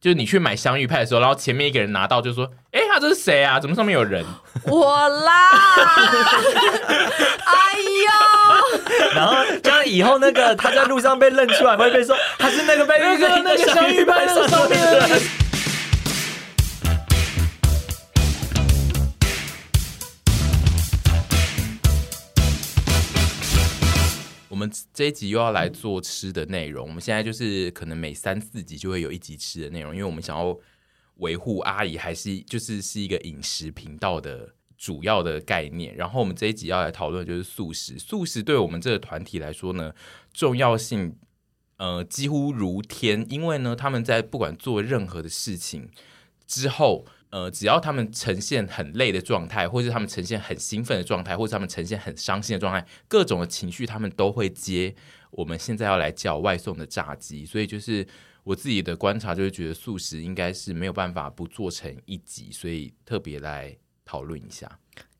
就是你去买香芋派的时候，然后前面一个人拿到就说：“哎、他这是谁啊？怎么上面有人？”我啦， 哎呦，然后这样以后那个他在路上被认出来，会被说他是那个被那个那个香芋派上面的人。我们这一集又要来做吃的内容，我们现在就是可能每三四集就会有一集吃的内容，因为我们想要维护阿姨还是就是是一个饮食频道的主要的概念。然后我们这一集要来讨论的就是素食，素食对我们这个团体来说呢，重要性呃几乎如天，因为呢，他们在不管做任何的事情之后，呃，只要他们呈现很累的状态，或是他们呈现很兴奋的状态，或是他们呈现很伤心的状态，各种的情绪，他们都会接。我们现在要来叫外送的炸鸡，所以就是我自己的观察，就是觉得素食应该是没有办法不做成一集，所以特别来讨论一下。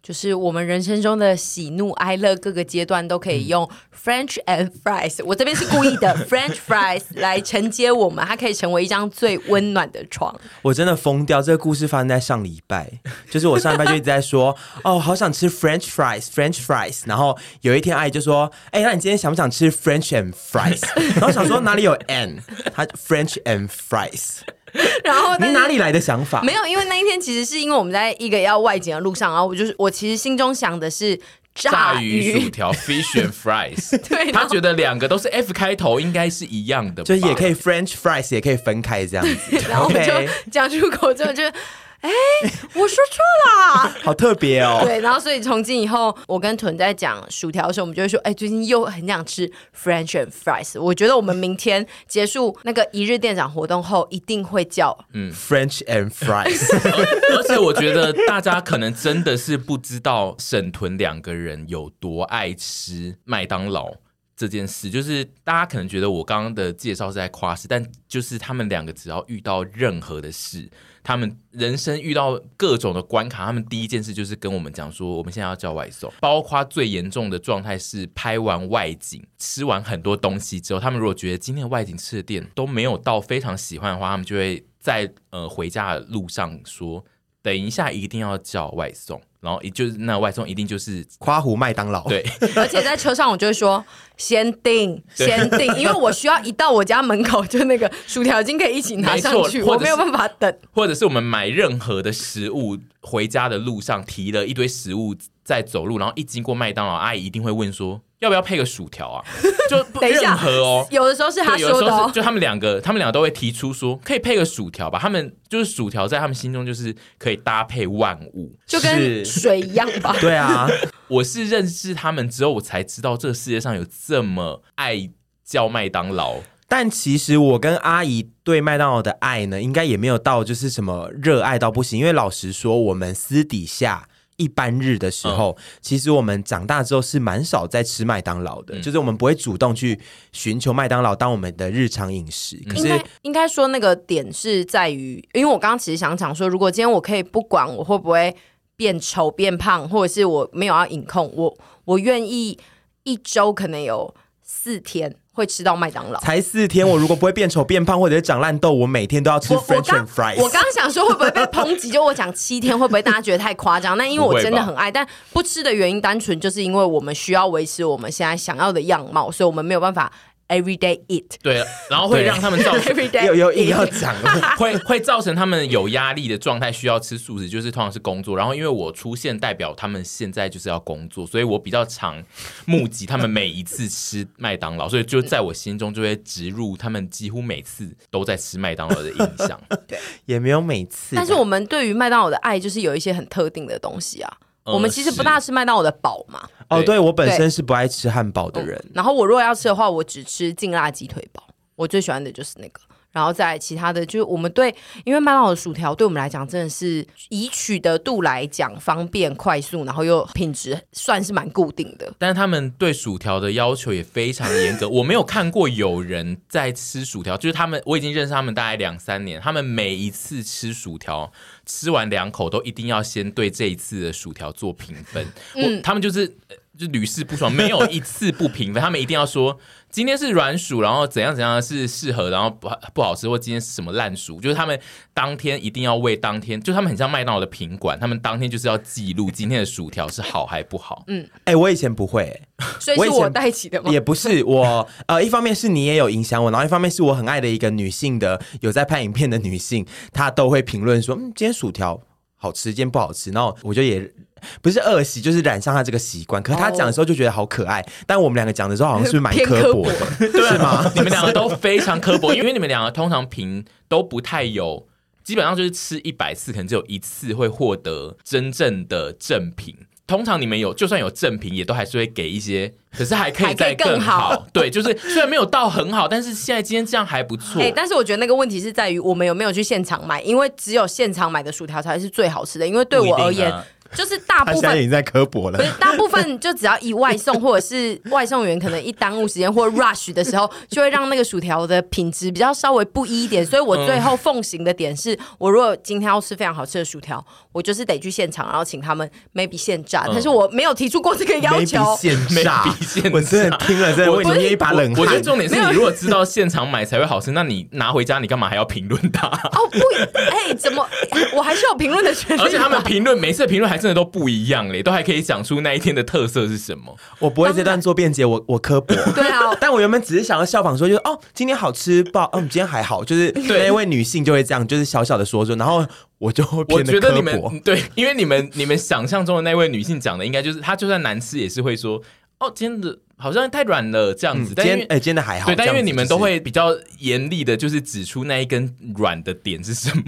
就是我们人生中的喜怒哀乐各个阶段都可以嗯用 French and fries，我这边是故意 的 French fries 来承接我们，它可以成为一张最温暖的床。我真的疯掉！这个故事发生在上礼拜，就是我上礼拜就一直在说，哦，好想吃 French fries，French fries。然后有一天阿姨就说，哎、那你今天想不想吃 French and fries？然后想说哪里有 and，她 French and fries，然后你但是哪里来的想法？没有，因为那一天其实是因为我们在一个要外景的路上，然后我就是我其实心中想的是炸鱼鱼，薯条 （fish and fries）， 对他然后觉得两个都是 F 开头，应该是一样的吧，就也可以 French fries，也可以分开这样 子。然后我 OK，就讲出口之后就，哎，我说错了。好特别哦。对，然后所以从今以后，我跟屯在讲薯条的时候，我们就会说，哎、最近又很想吃 French and fries。我觉得我们明天结束那个一日店长活动后，一定会叫。嗯嗯 French and fries， 而且我觉得大家可能真的是不知道沈屯两个人有多爱吃麦当劳这件事，就是大家可能觉得我刚刚的介绍是在夸饰，但就是他们两个只要遇到任何的事，他们人生遇到各种的关卡，他们第一件事就是跟我们讲说，我们现在要叫外送。包括最严重的状态是拍完外景，吃完很多东西之后，他们如果觉得今天的外景吃的店都没有到非常喜欢的话，他们就会在呃回家的路上说，等一下一定要叫外送，然后也就是那外送一定就是夸胡麦当劳。对，而且在车上，我就会说先订，对先订，因为我需要一到我家门口就那个薯条已经可以一起拿没上错去，或我者没有是办法等。或者是我们买任何的食物，回家的路上提了一堆食物在走路，然后一经过麦当劳，阿姨一定会问说要不要配个薯条啊？就不等一下任何哦。有的时候是他对，有说时的候哦是，就他们两个，他们两个都会提出说，可以配个薯条吧。他们就是薯条，在他们心中就是可以搭配万物。就跟是水一样吧。对啊，我是认识他们之后，我才知道这个世界上有这么爱叫麦当劳。但其实我跟阿姨对麦当劳的爱呢，应该也没有到就是什么热爱到不行。因为老实说，我们私底下一般日的时候，其实我们长大之后是蛮少在吃麦当劳的，就是我们不会主动去寻求麦当劳当我们的日常饮食。可应是该应该说那个点是在于，因为我刚刚其实想讲说，如果今天我可以不管我会不会变丑变胖，或者是我没有要隐控，我我愿意一周可能有四天会吃到麦当劳。才四天，我如果不会变丑变胖或者是长烂痘，我每天都要吃我我 French 刚 and fries。我刚刚想说会不会被抨击？就我讲七天会不会大家觉得太夸张？那因为不我会吧真的很爱，但不吃的原因单纯就是因为我们需要维持我们现在想要的样貌，所以我们没有办法 every day eat 对，然后会对让他们 造成 every day 哦有有 eat 硬要讲了， 会会造成他们有压力的状态，需要吃素食，就是通常是工作。然后因为我出现，代表他们现在就是要工作，所以我比较常目击他们每一次吃麦当劳，所以就在我心中就会植入他们几乎每次都在吃麦当劳的印 象。也没有每次。但是我们对于麦当劳的爱就是有一些很特定的东西啊。呃我们其实不大吃麦当劳的堡嘛，哦，对对我本身是不爱吃汉堡的人。然后我如果要吃的话，我只吃劲辣鸡腿堡，我最喜欢的就是那个。然后再来其他的，就是我们对，因为麦当劳的薯条对我们来讲真的是以取得度来讲方便快速，然后又品质算是蛮固定的。但是他们对薯条的要求也非常严格，我没有看过有人在吃薯条，就是他们，我已经认识他们大概两三年，他们每一次吃薯条，吃完两口都一定要先对这一次的薯条做评分，我他们就是呃就屡试不爽，没有一次不平凡。他们一定要说今天是软薯，然后怎样怎样是适合，然后不不好吃，或今天是什么烂薯，就是他们当天一定要为当天，就他们很像麦当劳的品管，他们当天就是要记录今天的薯条是好还不好。哎、我以前不会、所以我是以前我带起的吗？也不是我，呃，一方面是你也有影响我，然后一方面是我很爱的一个女性的，有在拍影片的女性，她都会评论说，嗯，今天薯条好吃，今天不好吃，然后我就也。不是恶习，就是染上她这个习惯。可是她讲的时候就觉得好可爱，但我们两个讲的时候好像是不是蛮偏刻刻薄薄的，对啊，你们两个都非常刻薄，因为你们两个通常评都不太有，基本上就是吃一百次，可能只有一次会获得真正的正品。通常你们有，就算有正品，也都还是会给一些，可是还可以还可再以更更好 对，就是虽然没有到很好，但是现在今天这样还不错。哎、但是我觉得那个问题是在于我们有没有去现场买，因为只有现场买的薯条才是最好吃的。因为对不一我定啊而言，就是大他啊部现在已分经在刻薄不了是。大部分就只要一外送或者是外送员可能一耽误时间或 rush 的时候，就会让那个薯条的品质比较稍微不一一点。所以我最后奉行的点是，我如果今天要吃非常好吃的薯条，我就是得去现场，然后请他们 maybe 现炸。但是我没有提出过这个要求。现炸 Maybe 现，我真的炸听了真的为你捏一把冷我觉得汗。重点是你如果知道现场买才会好吃，那你拿回家你干嘛还要评论 它？哦不，哎、怎么？我还是有评论的权利吧。而且他们评论每次的评论还真的都不一样嘞，都还可以讲出那一天的特色是什么。我不会这段做辩解，我我刻薄。对啊， 但我原本只是想要效仿说，就是哦，今天好吃不好？嗯，今天还好，就是那一位女性就会这样，就是小小的说说，然后我就会我变觉得刻你薄。们嗯对， 因为你们你们想象中的那位女性讲的，应该就是她就算难吃也是会说，哦，今天的好像太软了这样嗯子。，今但因天为哎、今天的还好。对，但因这为样子你们就是都会比较严厉的，就是指出那一根软的点是 什么。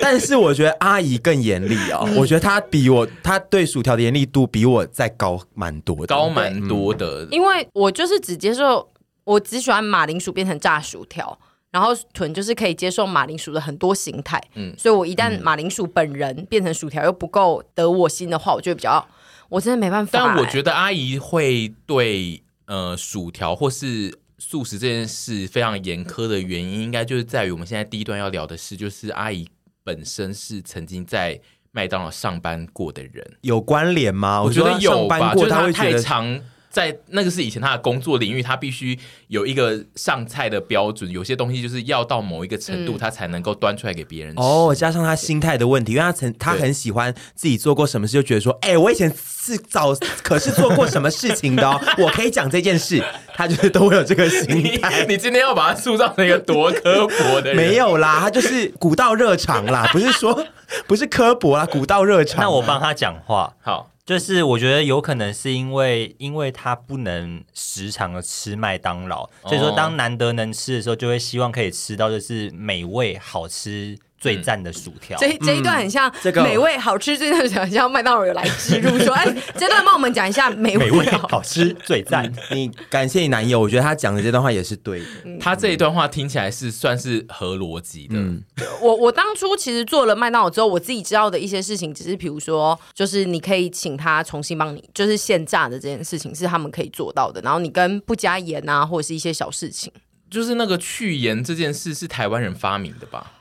但是我觉得阿姨更严厉哦，嗯我觉得她比我，她对薯条的严厉度比我再高蛮多的。高蛮多的。因为我就是只接受，我只喜欢马铃薯变成炸薯条，然后豚就是可以接受马铃薯的很多形态，嗯所以我一旦马铃薯本人变成薯条又不够得我心的话，我就会比较，我真的没办法、欸但我得觉得阿姨会对呃薯条或是素食这件事非常严苛的原因，应该就是在于我们现在第一段要聊的事，就是阿姨本身是曾经在麦当劳上班过的人。有关联吗？我觉说得她有上吧，班就过，是她他会觉太得常在那个是以前他的工作领域，他必须有一个上菜的标准，有些东西就是要到某一个程度，嗯他才能够端出来给别人吃。哦，加上她心态的问题，因为她曾她很喜欢自己做过什么事，就觉得说，哎、我以前是早可是做过什么事情 的、哦，我可以讲这件事，她就是都会有这个 心你态。 你今天要把它塑造成一个多刻薄的人，没有啦，她就是古道热肠 啦，不是说不是刻薄啦，古道热肠。那我帮他讲话，好，就是我觉得有可能是因为，因为他不能时常的吃麦当哦劳，所以说当难得能吃的时候，就会希望可以吃到就是美味、好吃、最赞的薯条。这这一段很像这个美味好吃，这一段很像麦当劳有来植入说，哎，这段帮我们讲一下美美味味好。好吃最赞，嗯你感谢你男友，我觉得他讲的这段话也是对的。他这一段话听起来是算是合逻辑的，嗯我我当初其实做了麦当劳之后，我自己知道的一些事情，只是比如说，就是你可以请他重新帮你，就是现炸的这件事情是他们可以做到的。然后你跟不加盐啊，或者是一些小事情，就是那个去盐这件事是台湾人发明的吧？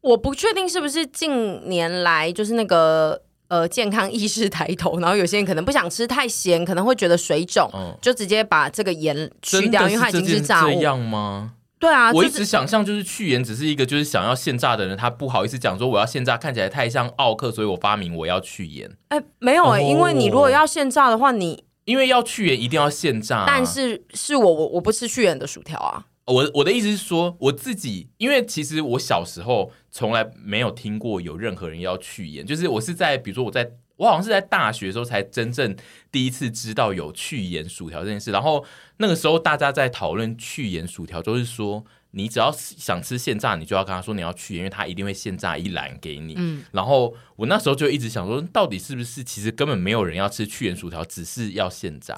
我不确定是不是近年来就是那个呃健康意识抬头，然后有些人可能不想吃太咸，可能会觉得水肿，嗯就直接把这个盐去真掉，的因为它已这经是件炸这物。样吗？对啊，我就一是直想象就是去盐只是一个就是想要现炸的人，他不好意思讲说我要现炸，看起来太像奥克，所以我发明我要去盐。哎、没有哎、因为你哦如果要现炸的话，你因为要去盐一定要现炸、啊。但是是我我我不吃去盐的薯条啊。我我的意思是说，我自己因为其实我小时候从来没有听过有任何人要去盐，就是我是在比如说我在我好像是在大学的时候才真正第一次知道有去盐薯条这件事，然后那个时候大家在讨论去盐薯条，就是说。你只要想吃现炸，你就要跟他说你要去盐，因为他一定会现炸一篮给你。然后我那时候就一直想说，到底是不是其实根本没有人要吃去盐薯条，只是要现炸。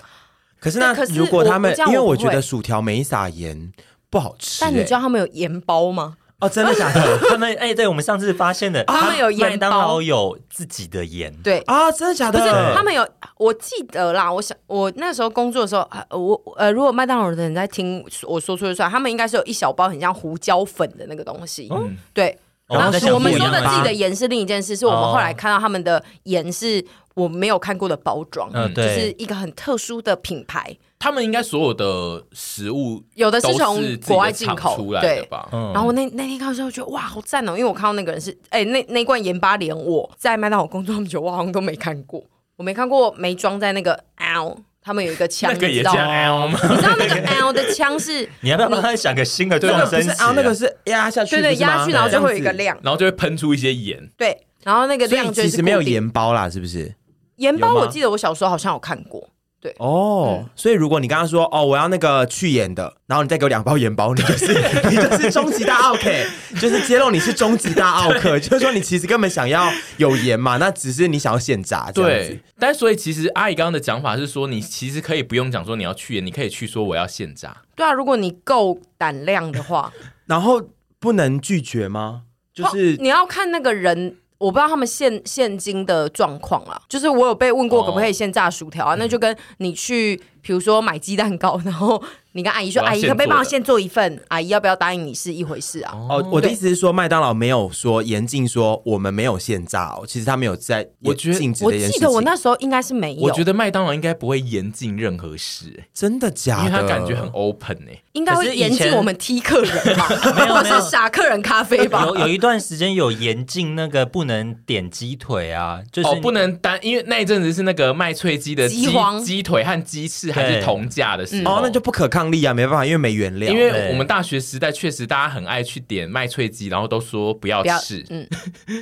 可是那对可是如果他们我这，样因为我我不觉得会薯条没撒盐不好吃、欸，但你知道他们有盐包吗？ 哦，真的假的 他们哎、对我们上次发现的，他们有盐麦当劳包有自己的盐，对，啊？真的假不的？是他们有，我记得啦。我想我那时候工作的时候，啊我呃，如果麦当劳的人在听我说出来，他们应该是有一小包很像胡椒粉的那个东西。嗯对，哦然我后在是想我们不一说样的吧哦自己的盐是另一件事，是我们后来看到他们的盐是我没有看过的包装，嗯就对是一个很特殊的品牌。他们应该所有的食物有的是都是从自己的国外进厂口出来对的吧？嗯然后我那那天看到之后，觉得哇，好赞哦！因为我看到那个人是，哎、那那一罐盐巴连我在麦当劳工作那么久，我好像都没看过，我没看过没装在那个 L，他们有一个枪，那个你也知道叫吗？ L 吗？你知道那 个 L 的枪是，你要不要帮他想个新的那撞个不生是词啊，那个是压下去，对对，不是吗压去然后就会有一个，量， 然后就会喷出一些盐，对，然后那个这样量就子所是以其实没有固定盐包啦，是不是？盐包，有吗我记得我小时候好像有看过，哦，所以如果你刚刚说哦，我要那个去盐的，然后你再给我两包盐包，你就是 你就是终极大奥 K，就是揭露你是终极大奥 克，就是说你其实根本想要有盐嘛，那只是你想要现炸这样子对。，但所以其实阿姨刚刚的讲法是说，你其实可以不用讲说你要去盐，你可以去说我要现炸。对啊，如果你够胆量的话，然后不能拒绝吗？就是哦你要看那个人。我不知道他们现现今的状况啊，就是我有被问过哦可不可以现炸薯条嗯啊？那就跟你去，比如说买鸡蛋糕，然后你跟阿姨说，我要阿姨可现不可以帮我做的现做一份？阿姨要不要答应你是一回事啊？哦，我的对意思是说，麦当劳没有说严禁说我们没有现炸哦，其实他们有在我觉得禁止我这件记事得情。我那时候应该是没有，我觉得麦当劳应该不会严禁任何事，欸真的因假为的？他感觉很 open 哎。应该会可是以严禁前我们踢客人 吧，没有或没有是傻客人咖啡吧有。有一段时间有严禁那个不能点鸡腿啊，就是哦，你不能单，因为那一阵子是那个卖脆鸡的鸡鸡皇鸡腿和鸡翅还是对同价的时嗯候，哦，那就不可抗力啊，没办法，因为没原料。因为对我们大学时代确实大家很爱去点麦脆鸡，然后都说不要不要吃，，嗯，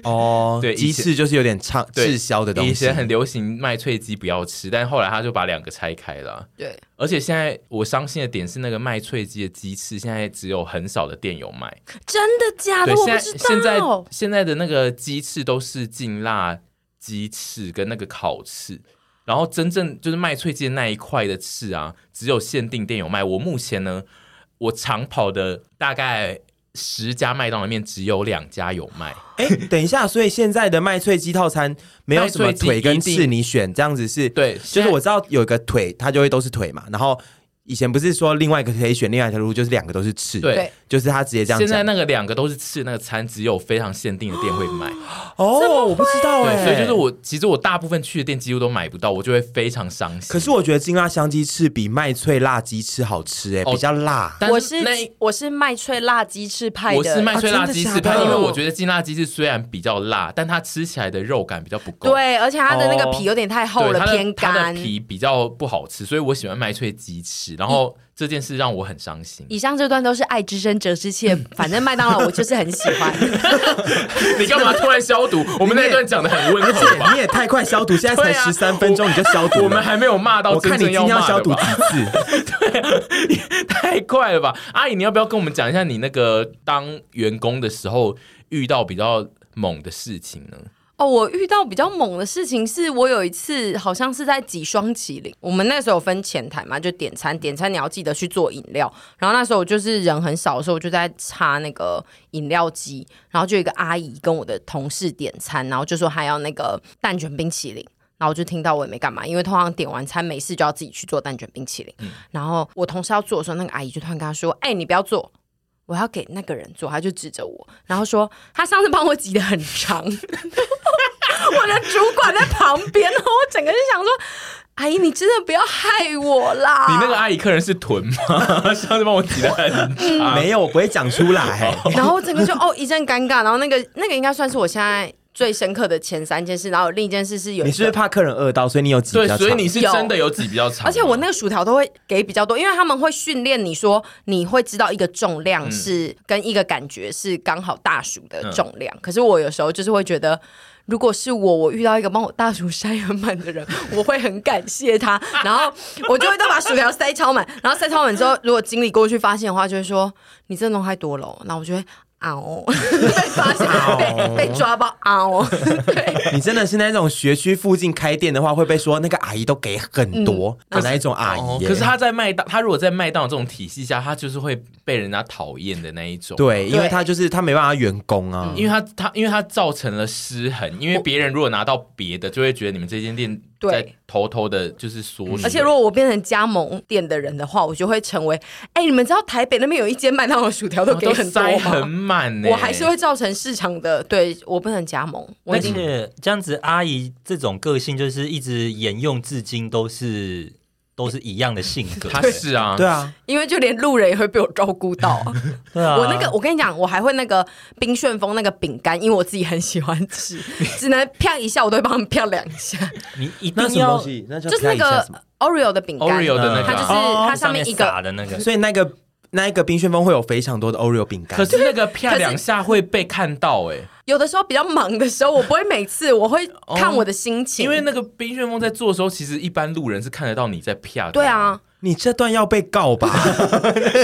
哦，对鸡以前翅就是有点畅对滞销的东西。以前很流行麦脆鸡不要吃，但后来他就把两个拆开了。啊对，而且现在我伤心的点是，那个麦脆鸡的鸡翅现在只有很少的店有卖。真的假的？对，我现不在知现在道。现在的那个鸡翅都是劲辣鸡翅跟那个烤翅，然后真正就是麦脆鸡的那一块的翅啊，只有限定店有卖。我目前呢，我长跑的大概十家麦当劳里面只有两家有卖。 哎、等一下，所以现在的麦脆鸡套餐没有什么麦脆鸡腿跟一翅，定你选这样子是，对就是我知道有一个腿，它就会都是腿嘛。然后以前不是说另外一个可以选另外一条路，就是两个都是翅，对对就是它直接这样现讲。在那个两个都是翅，那个餐只有非常限定的店会卖。哦，我不知道哎、对，所以就是。我其实我大部分去的店几乎都买不到，我就会非常伤心。可是我觉得金辣香鸡翅比麦脆辣鸡翅好吃哎、哦比较辣。但我是是那我是麦脆辣鸡翅派的，我是麦脆辣鸡啊翅真的派，假的因为我觉得劲辣鸡翅虽然比较辣，但它吃起来的肉感比较不够。对，而且它的那个皮有点太厚哦对，了，它的偏它干的。皮比较不好吃，所以我喜欢麦脆鸡翅。然后这件事让我很伤心。以上这段都是爱之深责 之切，反正麦当劳我就是很喜欢。 你干嘛突然消毒？我们那一段讲的很温和姐，吧你？ 也太快消毒，现在对才啊十三分钟你就消毒了我们还没有骂到我看真你正今天骂要消的毒几吧？ 次？太快了吧！阿姨，你要不要跟我们讲一下你那个当员工的时候遇到比较猛的事情呢？哦，我遇到比较猛的事情是，我有一次好像是在挤双麒麟，我们那时候有分前台嘛，就点餐，点餐你要记得去做饮料。然后那时候我就是人很少的时候，我就在插那个饮料机，然后就有一个阿姨跟我的同事点餐，然后就说还要那个蛋卷冰淇淋。然后我就听到我也没干嘛，因为通常点完餐没事就要自己去做蛋卷冰淇嗯淋。然后我同事要做的时候，那个阿姨就突然跟他说：“哎、你不要做，我要给那个人做。”他就指着我，然后说：“他上次帮我挤得很长。” 我的主管在旁边，然后我整个就想说：“阿姨，你真的不要害我啦！”你那个阿姨客人是臀 吗？上次帮我挤的很长。没有，我不会讲出来。然后整个就哦一阵尴尬，然后那个那个应该算是我现在最深刻的前三件事，然后另一件事是有一你个是不是怕客人饿到，所以你有挤对比，较所以长你 是真的有挤比较长吗。啊而且我那个薯条都会给比较多，因为他们会训练你说你会知道一个重量是跟一个感觉是刚好大薯的嗯重量。可是我有时候就是会觉得，如果是我，我遇到一个帮我大薯塞很满的人，我会很感谢他， 然后我就会都把薯条塞超满，然后塞超满之后，如果经理过去发现的话，就会说你这弄太多了哦，然后我就会。啊哦， 被发现，被被抓包啊哦， 你真的是那种学区附近开店的话，会被说那个阿姨都给很多的嗯那一种阿哦姨耶。可是他在麦当，他如果在麦当劳这种体系下，他就是会被人家讨厌的那一种。，对，因为对他就是他没办法员工啊。因为他他因为他造成了失衡，因为别人如果拿到别的，就会觉得你们这间店在对偷偷的，就是缩水。而且如果我变成加盟店的人的话，我就会成为，哎、你们知道台北那边有一间麦当劳薯条都哦给都很多塞很吗？满呢、我还是会造成市场的，对我不能加盟，我而已经且这样子，阿姨这种个性就是一直沿用至今，都是都是一样的性格。他是啊，对啊，因为就连路人也会被我照顾 到啊、对啊，我那个，我跟你讲，我还会那个冰旋风那个饼干，因为我自己很喜欢 吃，只能啪一下，我都会帮他们啪两下，你一定那什么要东西？那就是那个 Oreo 的饼干 Oreo 的那个它就是哦它上面一个撒的那个，所以那个那一个冰旋风会有非常多的 Oreo 饼干。可是那个啪两下会被看到哎、有的时候比较忙的时候，我不会每次，我会看我的心情，因为那个冰旋风在做的时候，其实一般路人是看得到你在啪。对啊，，你这段要被告 吧？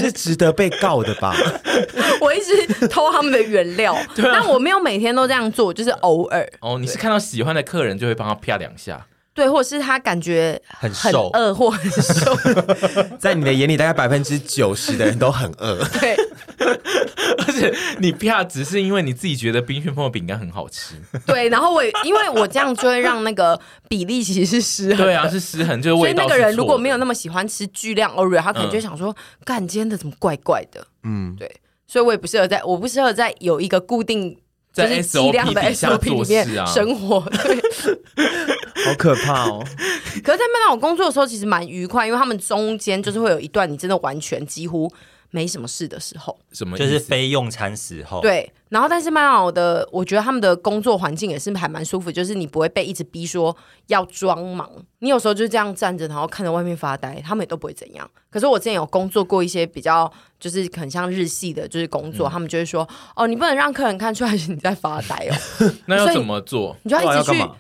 是值得被告的吧？ 我一直偷他们的原 料，啊但我没有每天都这样做，就是偶尔哦，你是看到喜欢的客人就会帮他啪两下，对，或者是他感觉很很瘦饿或 很瘦，在你的眼里，大概百分之九十的人都很饿。对， 而且你啪只是因为你自己觉得冰旋风的饼干很好吃。对，然后我也因为我这样就会让那个比例其实是失衡。对啊，是失衡，就是所以味道那是错的。嗯个人如果没有那么喜欢吃巨量 Oreo，他可能就会想说，干、今天的怎么怪怪的？嗯，所以我也不适合在，我不适合在有一个固定就在是剂量的 SOP 底下 SOP 做里事啊面生活。 对，好可怕哦！可是，在麦当劳工作的时候，其实蛮愉快，因为他们中间就是会有一段你真的完全几乎没什么事的时候。什么意就思是非用餐时哦候。，对，然后但是麦当劳的，我觉得他们的工作环境也是还蛮舒服，就是你不会被一直逼说要装忙，你有时候就这样站着，然后看着外面发呆，他们也都不会怎样。可是我之前有工作过一些比较就是很像日系的，就是工嗯作，他们就会说哦，你不能让客人看出来是你在发呆哦，那要所以怎么做？你就不然一要直干去嘛。摸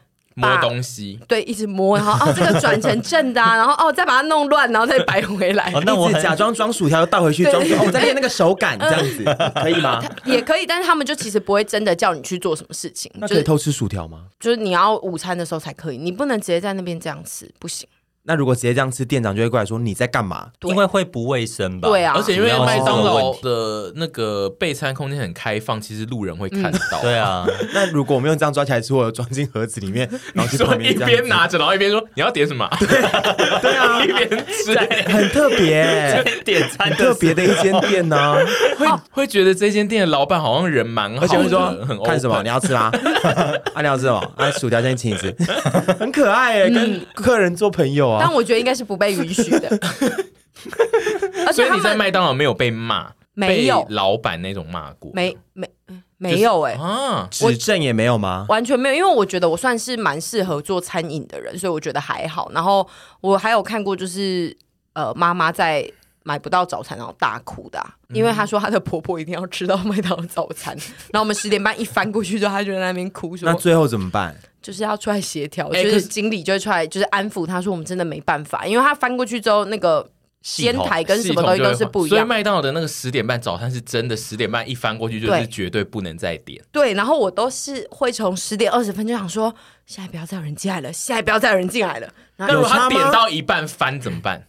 把东西，对，一直摸，然后哦，这个转成正的、啊，然后哦，再把它弄乱，然后再摆回来。哦，那我一直很假装装薯条，又倒回去对装薯条。哦我在练那个手感，这样子可以吗？也可以，但是他们就其实不会真的叫你去做什么事情，那就可以是偷吃薯条吗？就是你要午餐的时候才可以，你不能直接在那边这样吃，不行。那如果直接这样吃，店长就会过来说你在干嘛？ 对因为会不卫生吧？对啊，而且因为主要是麦当这个劳问题的那个备餐空间很开放，其实路人会看到。对啊，那如果我们用这样抓起来吃，我有装进盒子里面，然后去说旁一边这样边子拿着，然后一边说你要点什么 啊，对啊，一边吃，啊很特别， 点餐很特别的一间店呢、会会觉得这间店的老板好像人蛮好的，而且会说很 open 看什么？你要吃吗？ 啊，你要吃什么？啊，薯条先请你吃，很可爱哎，跟客人做朋友啊但。我觉得应该是不被允许 的。而所且以他你在们麦当劳没有被骂，没有被老板那种骂过，没没没有哎、啊？指正也没有吗？完全没有，因为我觉得我算是蛮适合做餐饮的人，所以我觉得还好。然后我还有看过，就是呃，妈妈在买不到早餐然后大哭的啊、嗯因为她说她的婆婆一定要吃到麦当劳早 餐。然后我们十点半一翻过去之后，她就在那边哭说那，最后怎么办？就是要出来协调，哎就可是是经理就会出来就是安抚她说，我们真的没办法，因为她翻过去之后那个。系仙统台跟什么东西都是不一所以样，麦当劳的那个十点半早餐是真的，十点半一翻过去就是对绝对不能再点。对，然后我都是会从十点二十分就想说，现在不要再有人进来了，现在不要再有人进来了。那然后如果有他差吗点到一半翻怎么办？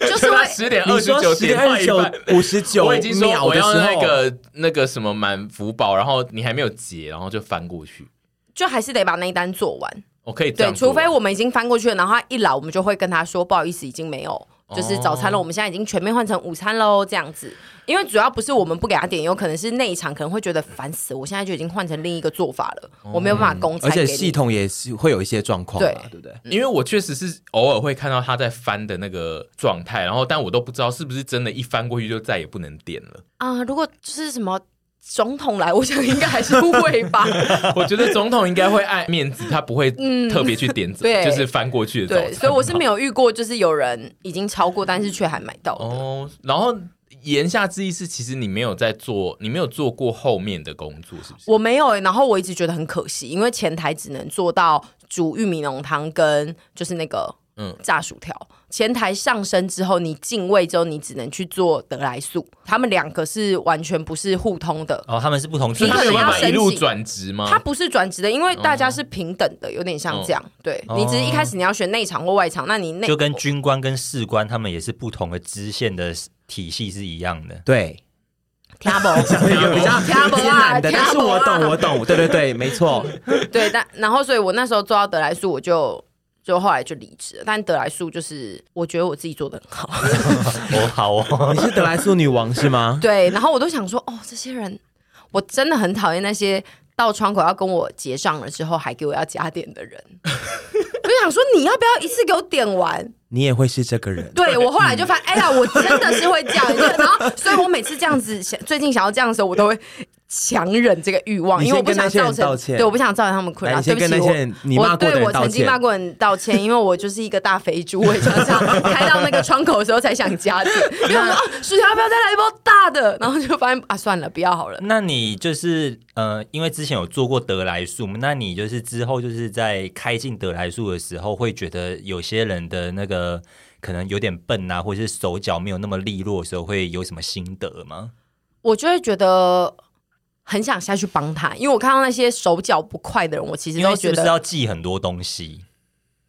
就是他会十点二你十说九十点点到二十一九半。五十九我已经说秒我的时要候，那个那个什么满福宝，然后你还没有结，然后就翻过去。就还是得把那一单做完。我可以这对，样做，除非我们已经翻过去了，然后他一来，我们就会跟他说不好意思，已经没有。哦就是早餐了，我们现在已经全面换成午餐喽，这样子。因为主要不是我们不给他点，有可能是那一场可能会觉得烦死，我现在就已经换成另一个做法了，哦我没有办法公差而给且你。系统也是会有一些状况嘛，啊对对不对？嗯因为我确实是偶尔会看到他在翻的那个状态，然后但我都不知道是不是真的，一翻过去就再也不能点了。啊、如果就是什么总统来，我想应该还是会 吧。我觉得总统应该会爱面子，他不会特别去点，嗯 对就是翻过去的早对，餐。所以我是没有遇过，就是有人已经超过，但是却还买到的。哦，然后言下之意是，其实你没有在做，你没有做过后面的工作，是不是？我没有、欸，然后我一直觉得很可惜，因为前台只能做到煮玉米浓汤跟就是那个嗯嗯炸薯条。前台上升之后，你进位之后，你只能去做得来速，他们两个是完全不是互通的。哦，他们是不同所以地他没有一个办要法一申路请转职吗？它不是转职的，因为大家是平等的，有点像这样。对你只是一开始你要选内场或外场，那你内哦就跟军官跟士官他们也是不同的支线的体系是一样 的。对，听不懂讲的一 个比较听不啊懂啊艰难的，听但是不懂我啊 懂，我懂，对对对，没错。对，但然后所以我那时候做到得来速，我就就后来就离职了。但得来速就是我觉得我自己做的很好，哦，好哦，你是德莱素女王是吗？对。然后我都想说，哦，这些人我真的很讨厌那些到窗口要跟我结账了之后还给我要加点的人。 我就想说，你要不要一次给我点完？你也会是这个人，对我后来就嗯发现，哎呀，我真的是会这样。 对然后，所以我每次这样子，想最近想要这样的时候，我都会强忍这个欲望，你因先为我不想跟那些造人成，道歉对，我不想造成他们困扰。来，你对先不跟那起，些人你我骂过的对我人道曾经骂歉。过人道歉，因为我就是一个大肥猪，我也常 常开到那个窗口的时候才想加点，因为我说啊，薯条要不要再来一包大的？然后就发现啊，算了，不要好了。那你就是呃，因为之前有做过德莱素嘛，那你就是之后就是在开进德莱素的时候，会觉得有些人的那个可能有点笨啊，或者是手脚没有那么利落的时候，会有什么心得吗？我就会觉得很想下去帮他，因为我看到那些手脚不快的人，我其实因为都是觉不是得要记很多东西？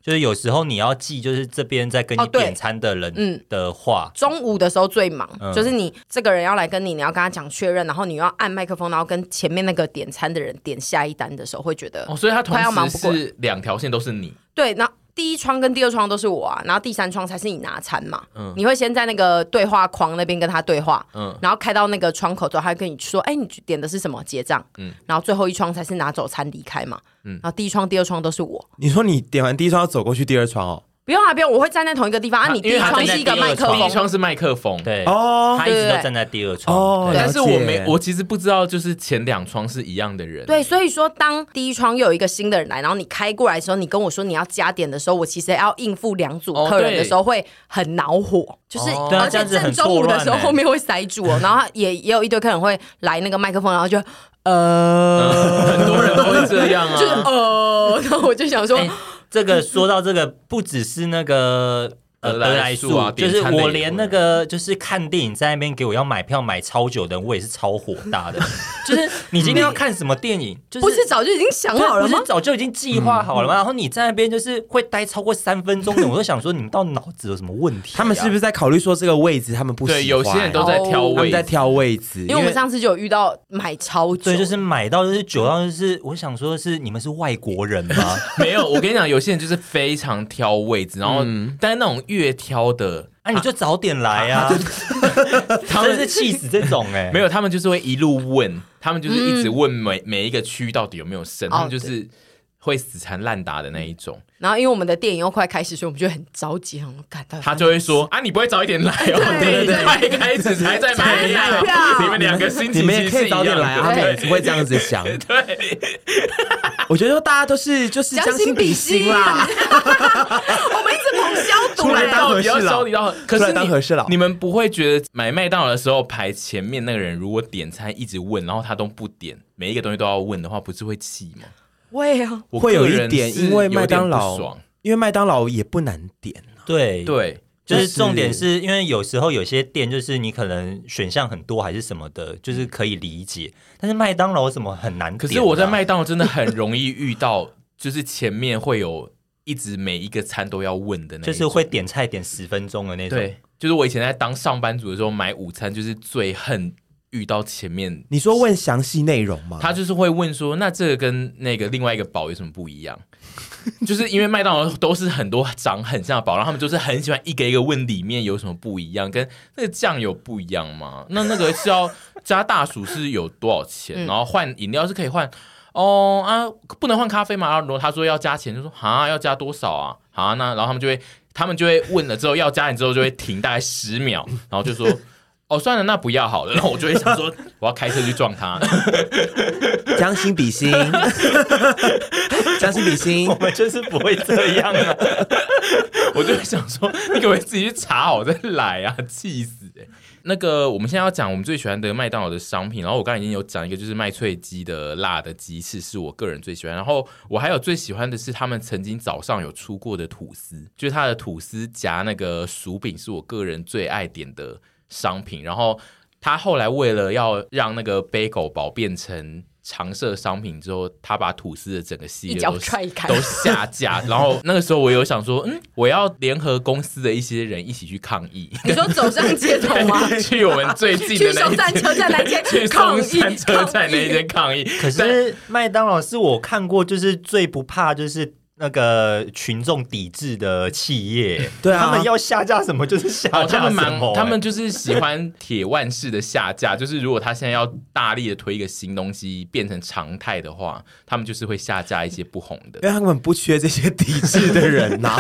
就是有时候你要记，就是这边在跟你哦对点餐的人嗯的话，中午的时候最忙，嗯就是你这个人要来跟你，你要跟他讲确认，然后你要按麦克风，然后跟前面那个点餐的人点下一单的时候，会觉得哦，所以他同快要忙时不过是两条线都是你，对，那第一窗跟第二窗都是我啊，然后第三窗才是你拿餐嘛。嗯你会先在那个对话框那边跟他对话，嗯然后开到那个窗口之后，他会跟你说：“哎，你点的是什么？结账。”嗯然后最后一窗才是拿走餐离开嘛。嗯然后第一窗、第二窗都是我。你说你点完第一窗要走过去第二窗哦，不用啊，不用，我会站在同一个地方啊。他你第因一为他窗站在是一个第二麦克窗第一风，窗是麦克风，对，哦他一直对都站在第二窗。哦对但是了解我没，我其实不知道，就是前两窗是一样的人，对，所以说当第一窗又有一个新的人来，然后你开过来的时候，你跟我说你要加点的时候，我其实要应付两组哦客人对的时候会很恼火，就是、哦对啊而这且样子很正中午错的乱时候欸后面会塞住哦，然后也也有一堆客人会来那个麦克风，然后就呃， 很多人都会这样 就是啊。呃，然后我就想说，哎这个说到这个，不只是那个。呃，德德莱莱素啊就点是餐的我也连会那个就是看电影在那边给我要买票买超久的人，我也是超火大 的。就是你今天要看什么电影，就是不是早就已经想对好了吗不是？早就已经计划好了吗？然后你在那边就是会待超过三分钟的，我就想说你们到底脑子有什么问题啊、他们是不是在考虑说这个位置他们不喜欢？对，有些人都在挑哦他位们置在，挑位置，因为我们上次就有遇到买超久，对，就是买到就是久到就是我想说是你们是外国人吗？ 没有。我跟你讲，有些人就是非常挑位置，然后嗯但是那种越挑的，啊，你就早点来啊！他 们是气死这种哎、没有，他们就是会一路问，他们就是一直问每每一个区到底有没有哦剩，他们就是会死缠烂打的那一种。然后因为我们的电影又快开始，所以我们就很着急，很感到底他就会 说啊，你不会早一点来哦，对对你对快开始才在买才票，买 票你们两个心你情们其也实可是以早点来啊，一他们样也的是会这样子想。 对，我觉得大家都是就是将将心心比比心心啦，我们一直猛消毒出来欸当和底要事佬消你到，可出是来你当和事佬你们不会觉得买麦当劳的时候排前面那个人如果点餐一直问，然后他都不点，每一个东西都要问的话，不是会气吗？会啊，我会有个一人点，是因为有麦点当不劳爽，因为麦当劳也不难点啊，对，对，就是就是重点是因为有时候有些店就是你可能选项很多还是什么的，就是可以理解，但是麦当劳怎么很难、啊可是我在。麦当劳真的很容易遇到，就是前面会有一直每一个餐都要问的那一就种，是会点菜点十分钟的那种，对，就是我以前在当上班族的时候买午餐，就是最恨遇到前面你说问详细内容吗？他就是会问说，那这个跟那个另外一个堡有什么不一样？ 就是因为麦当劳都是很多长很像的堡，然后他们就是很喜欢一个一个问里面有什么不一样，跟那个酱有不一样吗？那那个是要加大薯是有多少钱？嗯然后换饮料是可以换哦啊，不能换咖啡吗？然后他说要加钱，就说啊要加多少啊？啊那然后他们就会他们就会问了之后要加钱之后就会停大概十秒，然后就说。哦，算了，那不要好了。然后我就会想说，我要开车去撞他。将心比心， 将心比心 我。们就是不会这 样啊。我就想说，你可不可以自己去查好再来啊？气死、欸！那个，我们现在要讲我们最喜欢的麦当劳的商品，然后我刚才已经有讲一个，就是麦脆鸡的辣的鸡翅是我个人最喜欢，然后我还有最喜欢的是他们曾经早上有出过的吐司，就是它的吐司夹那个薯饼是我个人最爱点的商品，然后他后来为了要让那个 bagel 堡变成常设商品之后，他把吐司的整个系列 一脚都踹开都下架。然后那个时候我有想说，嗯，我要联合公司的一些人一起去抗议，你说走上街头吗？ 去我们最近去的那松一山间，车站那 间去抗松议山车站那一抗议间抗议。哦可是麦当劳是我看过就是最不怕就是那个群众抵制的企业，对啊他们要下架什么就是下哦，他架们什么、欸蛮，他们就是喜欢铁腕式的下架，就是如果他现在要大力的推一个新东西变成常态的话，他们就是会下架一些不红的 因。为他们不缺这些抵制的人呐、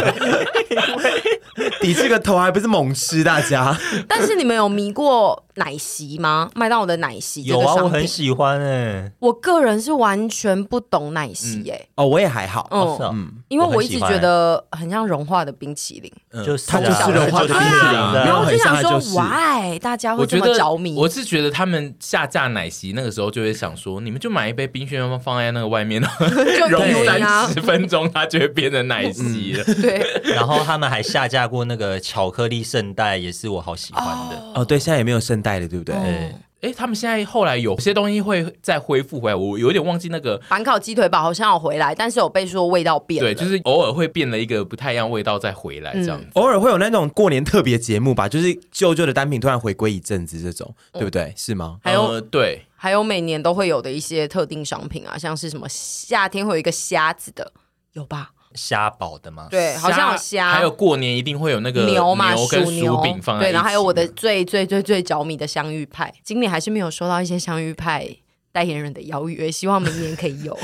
抵制个头还不是猛吃大家？但是你们有迷过奶昔吗？麦当劳的奶昔这有个啊，商品，我很喜欢哎、我个人是完全不懂奶昔耶、哦，我也还好，哦是嗯，啊因为我很我一直喜欢觉得很像融化的冰淇淋，就是它就是啊融化的就是冰淇淋啊对然后我就想很说像就是，why 大家我会这觉么得着迷？我是觉得他们下架奶昔那个时候就会想说，你们就买一杯冰炫放放在那个外面， 然后就融以为啊三，十分钟，它就会变成奶昔了。对， 然后他们还下架过那个巧克力圣代，也是我好喜欢的。哦，对，现在也没有圣代的，对不对？对嗯哎，他们现在后来有些东西会再恢复回来，我有点忘记那个。板烤鸡腿堡好像有回来，但是有被说味道变了。嗯对，就是偶尔会变了一个不太一样味道再回来这样子。偶尔会有那种过年特别节目吧，就是旧旧的单品突然回归一阵子，这种、哦对不对？是吗？还有、呃对，还有每年都会有的一些特定商品啊，像是什么夏天会有一个虾子的，有吧？虾堡的吗？对，好像有虾，还有过年一定会有那个牛嘛，跟鼠薯牛饼放在对，然后还有我的一起最最最最着迷的香芋派，今年还是没有收到一些香芋派代言人的邀约，希望明年可以有。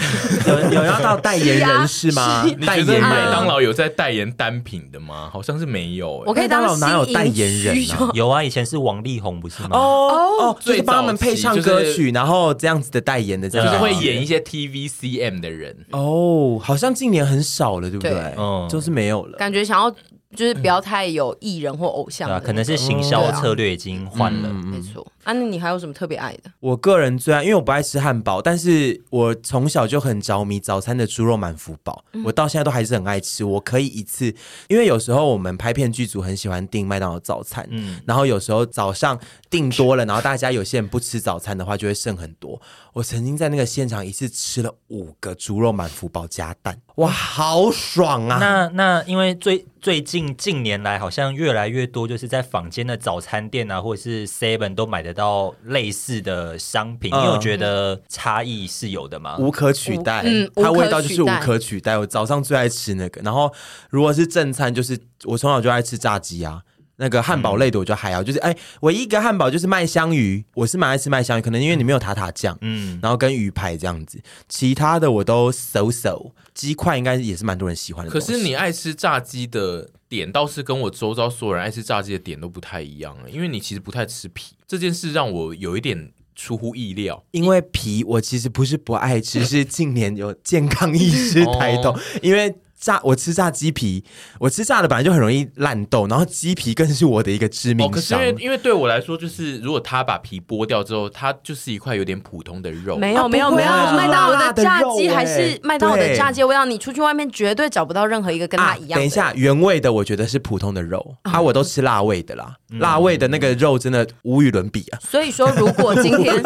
有有要到代言人是吗？ 是啊你代觉言得人麦当劳有在代言单品的吗？好像是没有、欸。我可以当麦当劳哪有新代营言人区啊用有啊，以前是王力宏不是吗？哦哦，就是最帮他们早期配唱就是歌曲，然后这样子的代言的，这就样是子会演一些 TVCM 的人，哦，好像近年很少了，对不对对？嗯就是没有了。感觉想要就是不要太有艺人或偶像对的啊，那个，可能是行销策略已经换了。嗯没错。啊，那你还有什么特别爱的？我个人最爱，因为我不爱吃汉堡，但是我从小就很着迷早餐的猪肉满福堡，我到现在都还是很爱吃。我可以一次，因为有时候我们拍片剧组很喜欢订麦当劳早餐，嗯然后有时候早上订多了，然后大家有些人不吃早餐的话，就会剩很多。我曾经在那个现场一次吃了五个猪肉满福堡加蛋，哇，好爽啊！那那因为最最近近年来好像越来越多，就是在坊间的早餐店啊，或者是 Seven 都买得到类似的商品，嗯你有觉得差异是有的啊吗？无可取代，嗯它无可味道就是取无代可取代。我早上最爱吃那个，然后如果是正餐，就是我从小就爱吃炸鸡啊。那个汉堡类的我就还好，就是哎，唯一一个汉堡就是麦香鱼，我是蛮爱吃麦香鱼，可能因为你没有塔塔酱，嗯，然后跟鱼排这样子，其他的我都 so so。鸡块应该也是蛮多人喜欢的可东西。是你爱吃炸鸡的点倒是跟我周遭所有人爱吃炸鸡的点都不太一样了，欸因为你其实不太吃皮，这件事让我有一点出乎意料。因为皮，我其实不是不爱 吃，是近年有健康意识抬头，哦因为。炸我吃炸鸡皮，我吃炸的本来就很容易烂豆，然后鸡皮更是我的一个致哦，命可是因伤。为因为对我来说，就是如果他把皮剥掉之后，它就是一块有点普通的肉。没有没有不会没有，啊麦当劳的炸鸡辣的肉欸还是麦当劳的对炸鸡的味道，你出去外面绝对找不到任何一个跟它一样的。哦啊。等一下，原味的我觉得是普通的肉，啊，我都吃辣味的啦，辣味的那个肉真的无与伦比啊。所以说，如果今 天，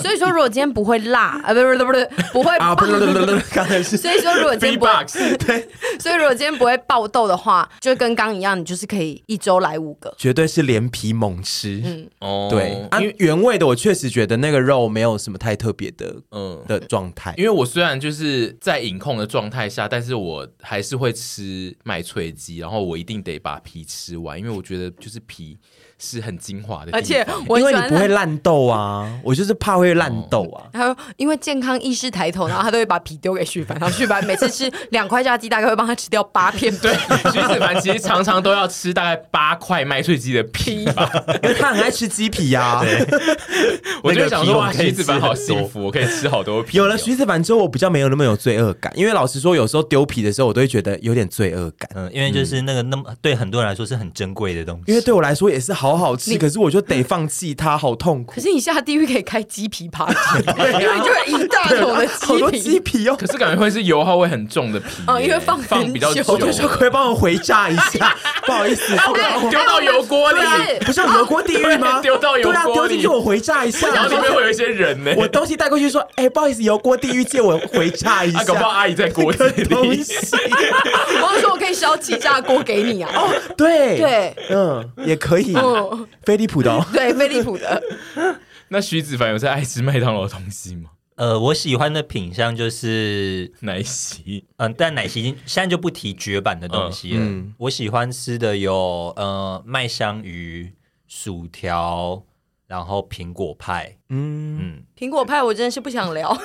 所以说如果今天不会辣，啊，不是不是不是不会啊，不是 不是不是不是，刚才是所以说，如果今 Free 天不会 box， 所以如果今天不会爆痘的话，就跟刚一样，你就是可以一周来五个。绝对是连皮猛吃。嗯哦对，啊因为，原味的我确实觉得那个肉没有什么太特别的嗯，的状态因。为我虽然就是在饮控的状态下，但是我还是会吃麦脆鸡，然后我一定得把皮吃完，因为我觉得就是皮是很精华的地方。而且我因为喜你欢不会烂豆啊，我就是怕会烂豆啊。他说，因为健康意识抬头，然后他都会把皮丢给旭凡，然后旭凡每次吃两块炸鸡，大概会帮他吃掉八片皮。 对，徐子凡其实常常都要吃大概八块麦脆鸡的 皮吧，因为他很爱吃鸡 皮呀、啊。我就会想说哇，那个皮我可以徐子凡好吃很多幸福，我可以吃好多 皮哦。有了徐子凡之后，我比较没有那么有罪恶感，因为老实说，有时候丢皮的时候，我都会觉得有点罪恶感。嗯，因为就是那个那么对很多人来说是很珍贵的东西，因为对我来说也是好好吃，可是我就得放弃它，好痛 苦可。是你下地狱可以开鸡皮 party，因啊为就有一大桶的好多鸡鸡皮。皮哦可，是感觉会是油耗会很重的皮耶、哦因为放很放比较久久，我就说可不可以帮我回炸一 下，不好意思，丢到油锅里，哎对啊不是有油锅地 狱吗？哎丢到油锅对啊，丢进去里我回炸一下，然后里面会有一些人呢、 我东西带过去说，哎，不好意思，油锅地狱借我回炸一啊，搞不好下。阿姨在锅子个东里。 西我就说我可以烧气炸锅给你啊。哦，对对， 嗯，也可以嗯， 飞利浦的哦。对，飞利浦的。那徐子凡有在爱吃麦当劳的东西吗？ 呃，我喜欢的品相就是，奶昔嗯、但奶昔已经现在就不提绝版的东西了。嗯嗯我喜欢吃的有呃麦香鱼、薯条，然后苹果派。嗯，嗯，苹果派我真的是不想聊，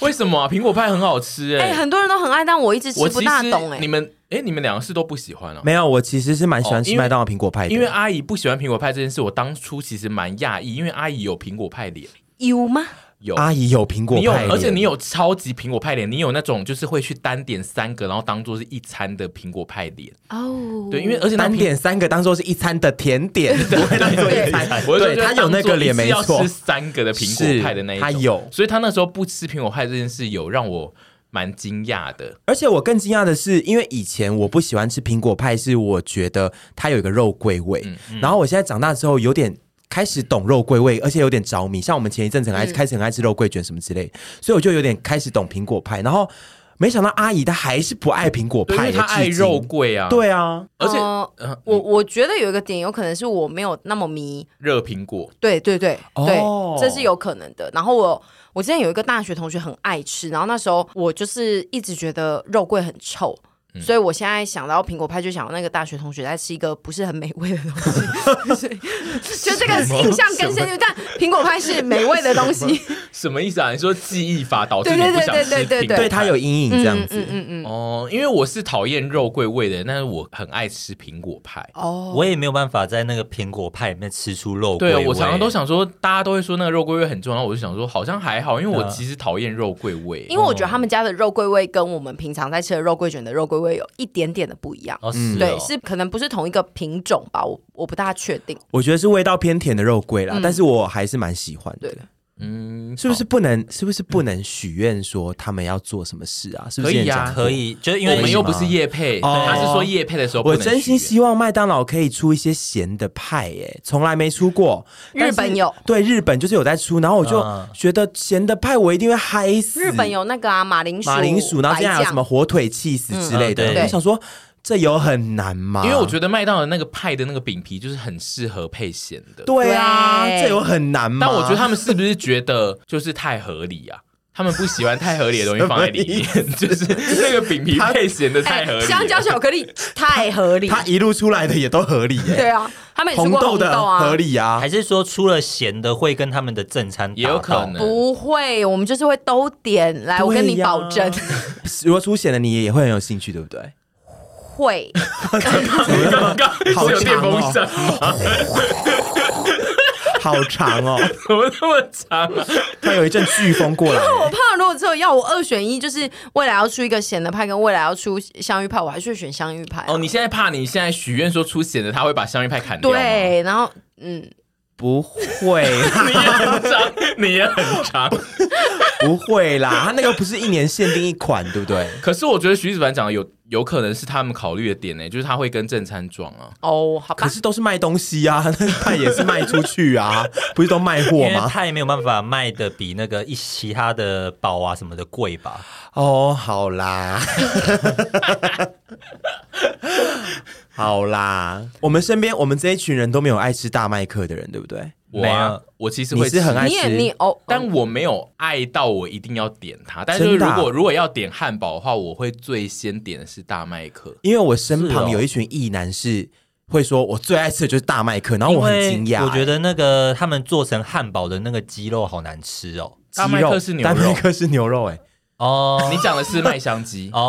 为什么啊？苹果派很好吃哎、哎、很多人都很爱，但我一直吃我不其大实懂哎、你们哎、你们两个是都不喜欢啊？没有，我其实是蛮喜欢哦吃因为麦当劳苹果派的，因为阿姨不喜欢苹果派这件事，我当初其实蛮讶异，因为阿姨有苹果派脸，有吗？有阿姨有苹果你有，派，而且你有超级苹果派脸，你有那种就是会去单点三个，然后当做是一餐的苹果派脸。哦，对，因为而且那单苹点三个当做是一餐的 甜点，不会当做一餐，我就对觉得他有那个脸当没作一次要错吃，三个的苹果派的那一种，是他有所以他那时候不吃苹果派这件事有让我蛮惊讶的。而且我更惊讶的是，因为以前我不喜欢吃苹果派，是我觉得它有一个肉桂味。嗯然后我现在长大之后，有点开始懂肉桂味，而且有点着迷。像我们前一阵子很爱、嗯开始很爱吃肉桂卷什么之类，所以我就有点开始懂苹果派。然后没想到阿姨她还是不爱苹果对，因派，为他爱至今肉。桂啊，，对啊，而且呃呃我我觉得有一个点，有可能是我没有那么迷，热苹果，对对对、哦对，这是有可能的。然后我我之前有一个大学同学很爱吃，然后那时候我就是一直觉得肉桂很臭。所以我现在想到苹果派，就想到那个大学同学在吃一个不是很美味的东西，所以就这个印象更深入。但苹果派是美味的东西，什么意思啊？你说记忆法导致你对对不想吃对对对苹果派？对对她有阴影这样子。嗯嗯嗯，哦，因为我是讨厌肉桂味的人，但是我很爱吃苹果派。哦，我也没有办法在那个苹果派里面吃出肉桂对啊味。我常常都想说，大家都会说那个肉桂味很重要，我就想说好像还好，因为我嗯其实讨厌肉桂味。因为我觉得他们家的肉桂味跟我们平常在吃的肉桂卷的肉桂味有一点点的不一样，哦，嗯是哦对，是可能不是同一个品种吧，我我不大确定。我觉得是味道偏甜的肉桂啦，嗯但是我还是蛮喜欢的对。嗯，是不是不能？是不是不能许愿说他们要做什么事啊？是不是可以啊有人讲过可以，就是因因为为我们又不是叶配，哦他是说叶配的时候不我能真心许愿希望麦当劳可以出一些咸的派、耶，从来没出过。 日本但是有对日本就是有在出，然后我就啊嗯觉得咸的派我一定会嗨死。日本有那个啊，马铃薯、马铃薯，然后白现在还酱有什么火腿 cheese 之类嗯的，嗯对我想说这有很难吗？因为我觉得得麦当劳那个派的那个饼皮就是很适合配咸的。对啊，对这有很难吗？但我觉得他们是不是觉得就是太合理啊？他们不喜欢太合理的东西放在里面，就是那个饼皮配咸的太合理了。哎啊香蕉巧克 力太合理，他一路出来的也都合理耶、对啊，他们也吃红过豆红的豆啊，合理啊还，是说出了咸的会跟他们的正餐也有打到可能不会，我们就是会都点来，哎我跟你对呀保证 如果出咸的你也会很有兴趣，对 不对？会。刚刚好是有电长风哦扇，好长哦，怎么那么长啊？它有一阵飓风过来，我怕如果只有要我二选一，就是未来要出一个咸的派，跟未来要出香芋派，我还是会选香芋派啊。哦，你现在怕你现在许愿说出咸的，他会把香芋派砍掉吗？对，然后嗯，不会。你 也很长，你也很长。不会啦，他那个不是一年限定一款，对不啊对？可是我觉得徐子凡讲的有有可能是他们考虑的点呢、就是他会跟正餐撞啊。哦，好吧可，是都是卖东西啊， 那派也是卖出去啊，不是都卖因货为吗？它也没有办法卖的比那个一其他的堡啊什么的贵吧？哦，好啦， 好啦，我们身边我们这一群人都没有爱吃大麦克的人，对不对？我啊没有我其实你会是很吃爱你也吃，你哦，但我没有爱到我一定要点它。但是如真的啊果如果要点汉堡的话，我会最先点的是大麦克。因为我身是旁哦有一群异男是会说，我最爱吃的就是大麦克，然后因啊我很为惊讶、欸我觉得那个他们做成汉堡的那个鸡肉好难吃哦。鸡大肉麦克是牛肉大麦克是牛肉、哎哦，你讲的是麦香鸡哦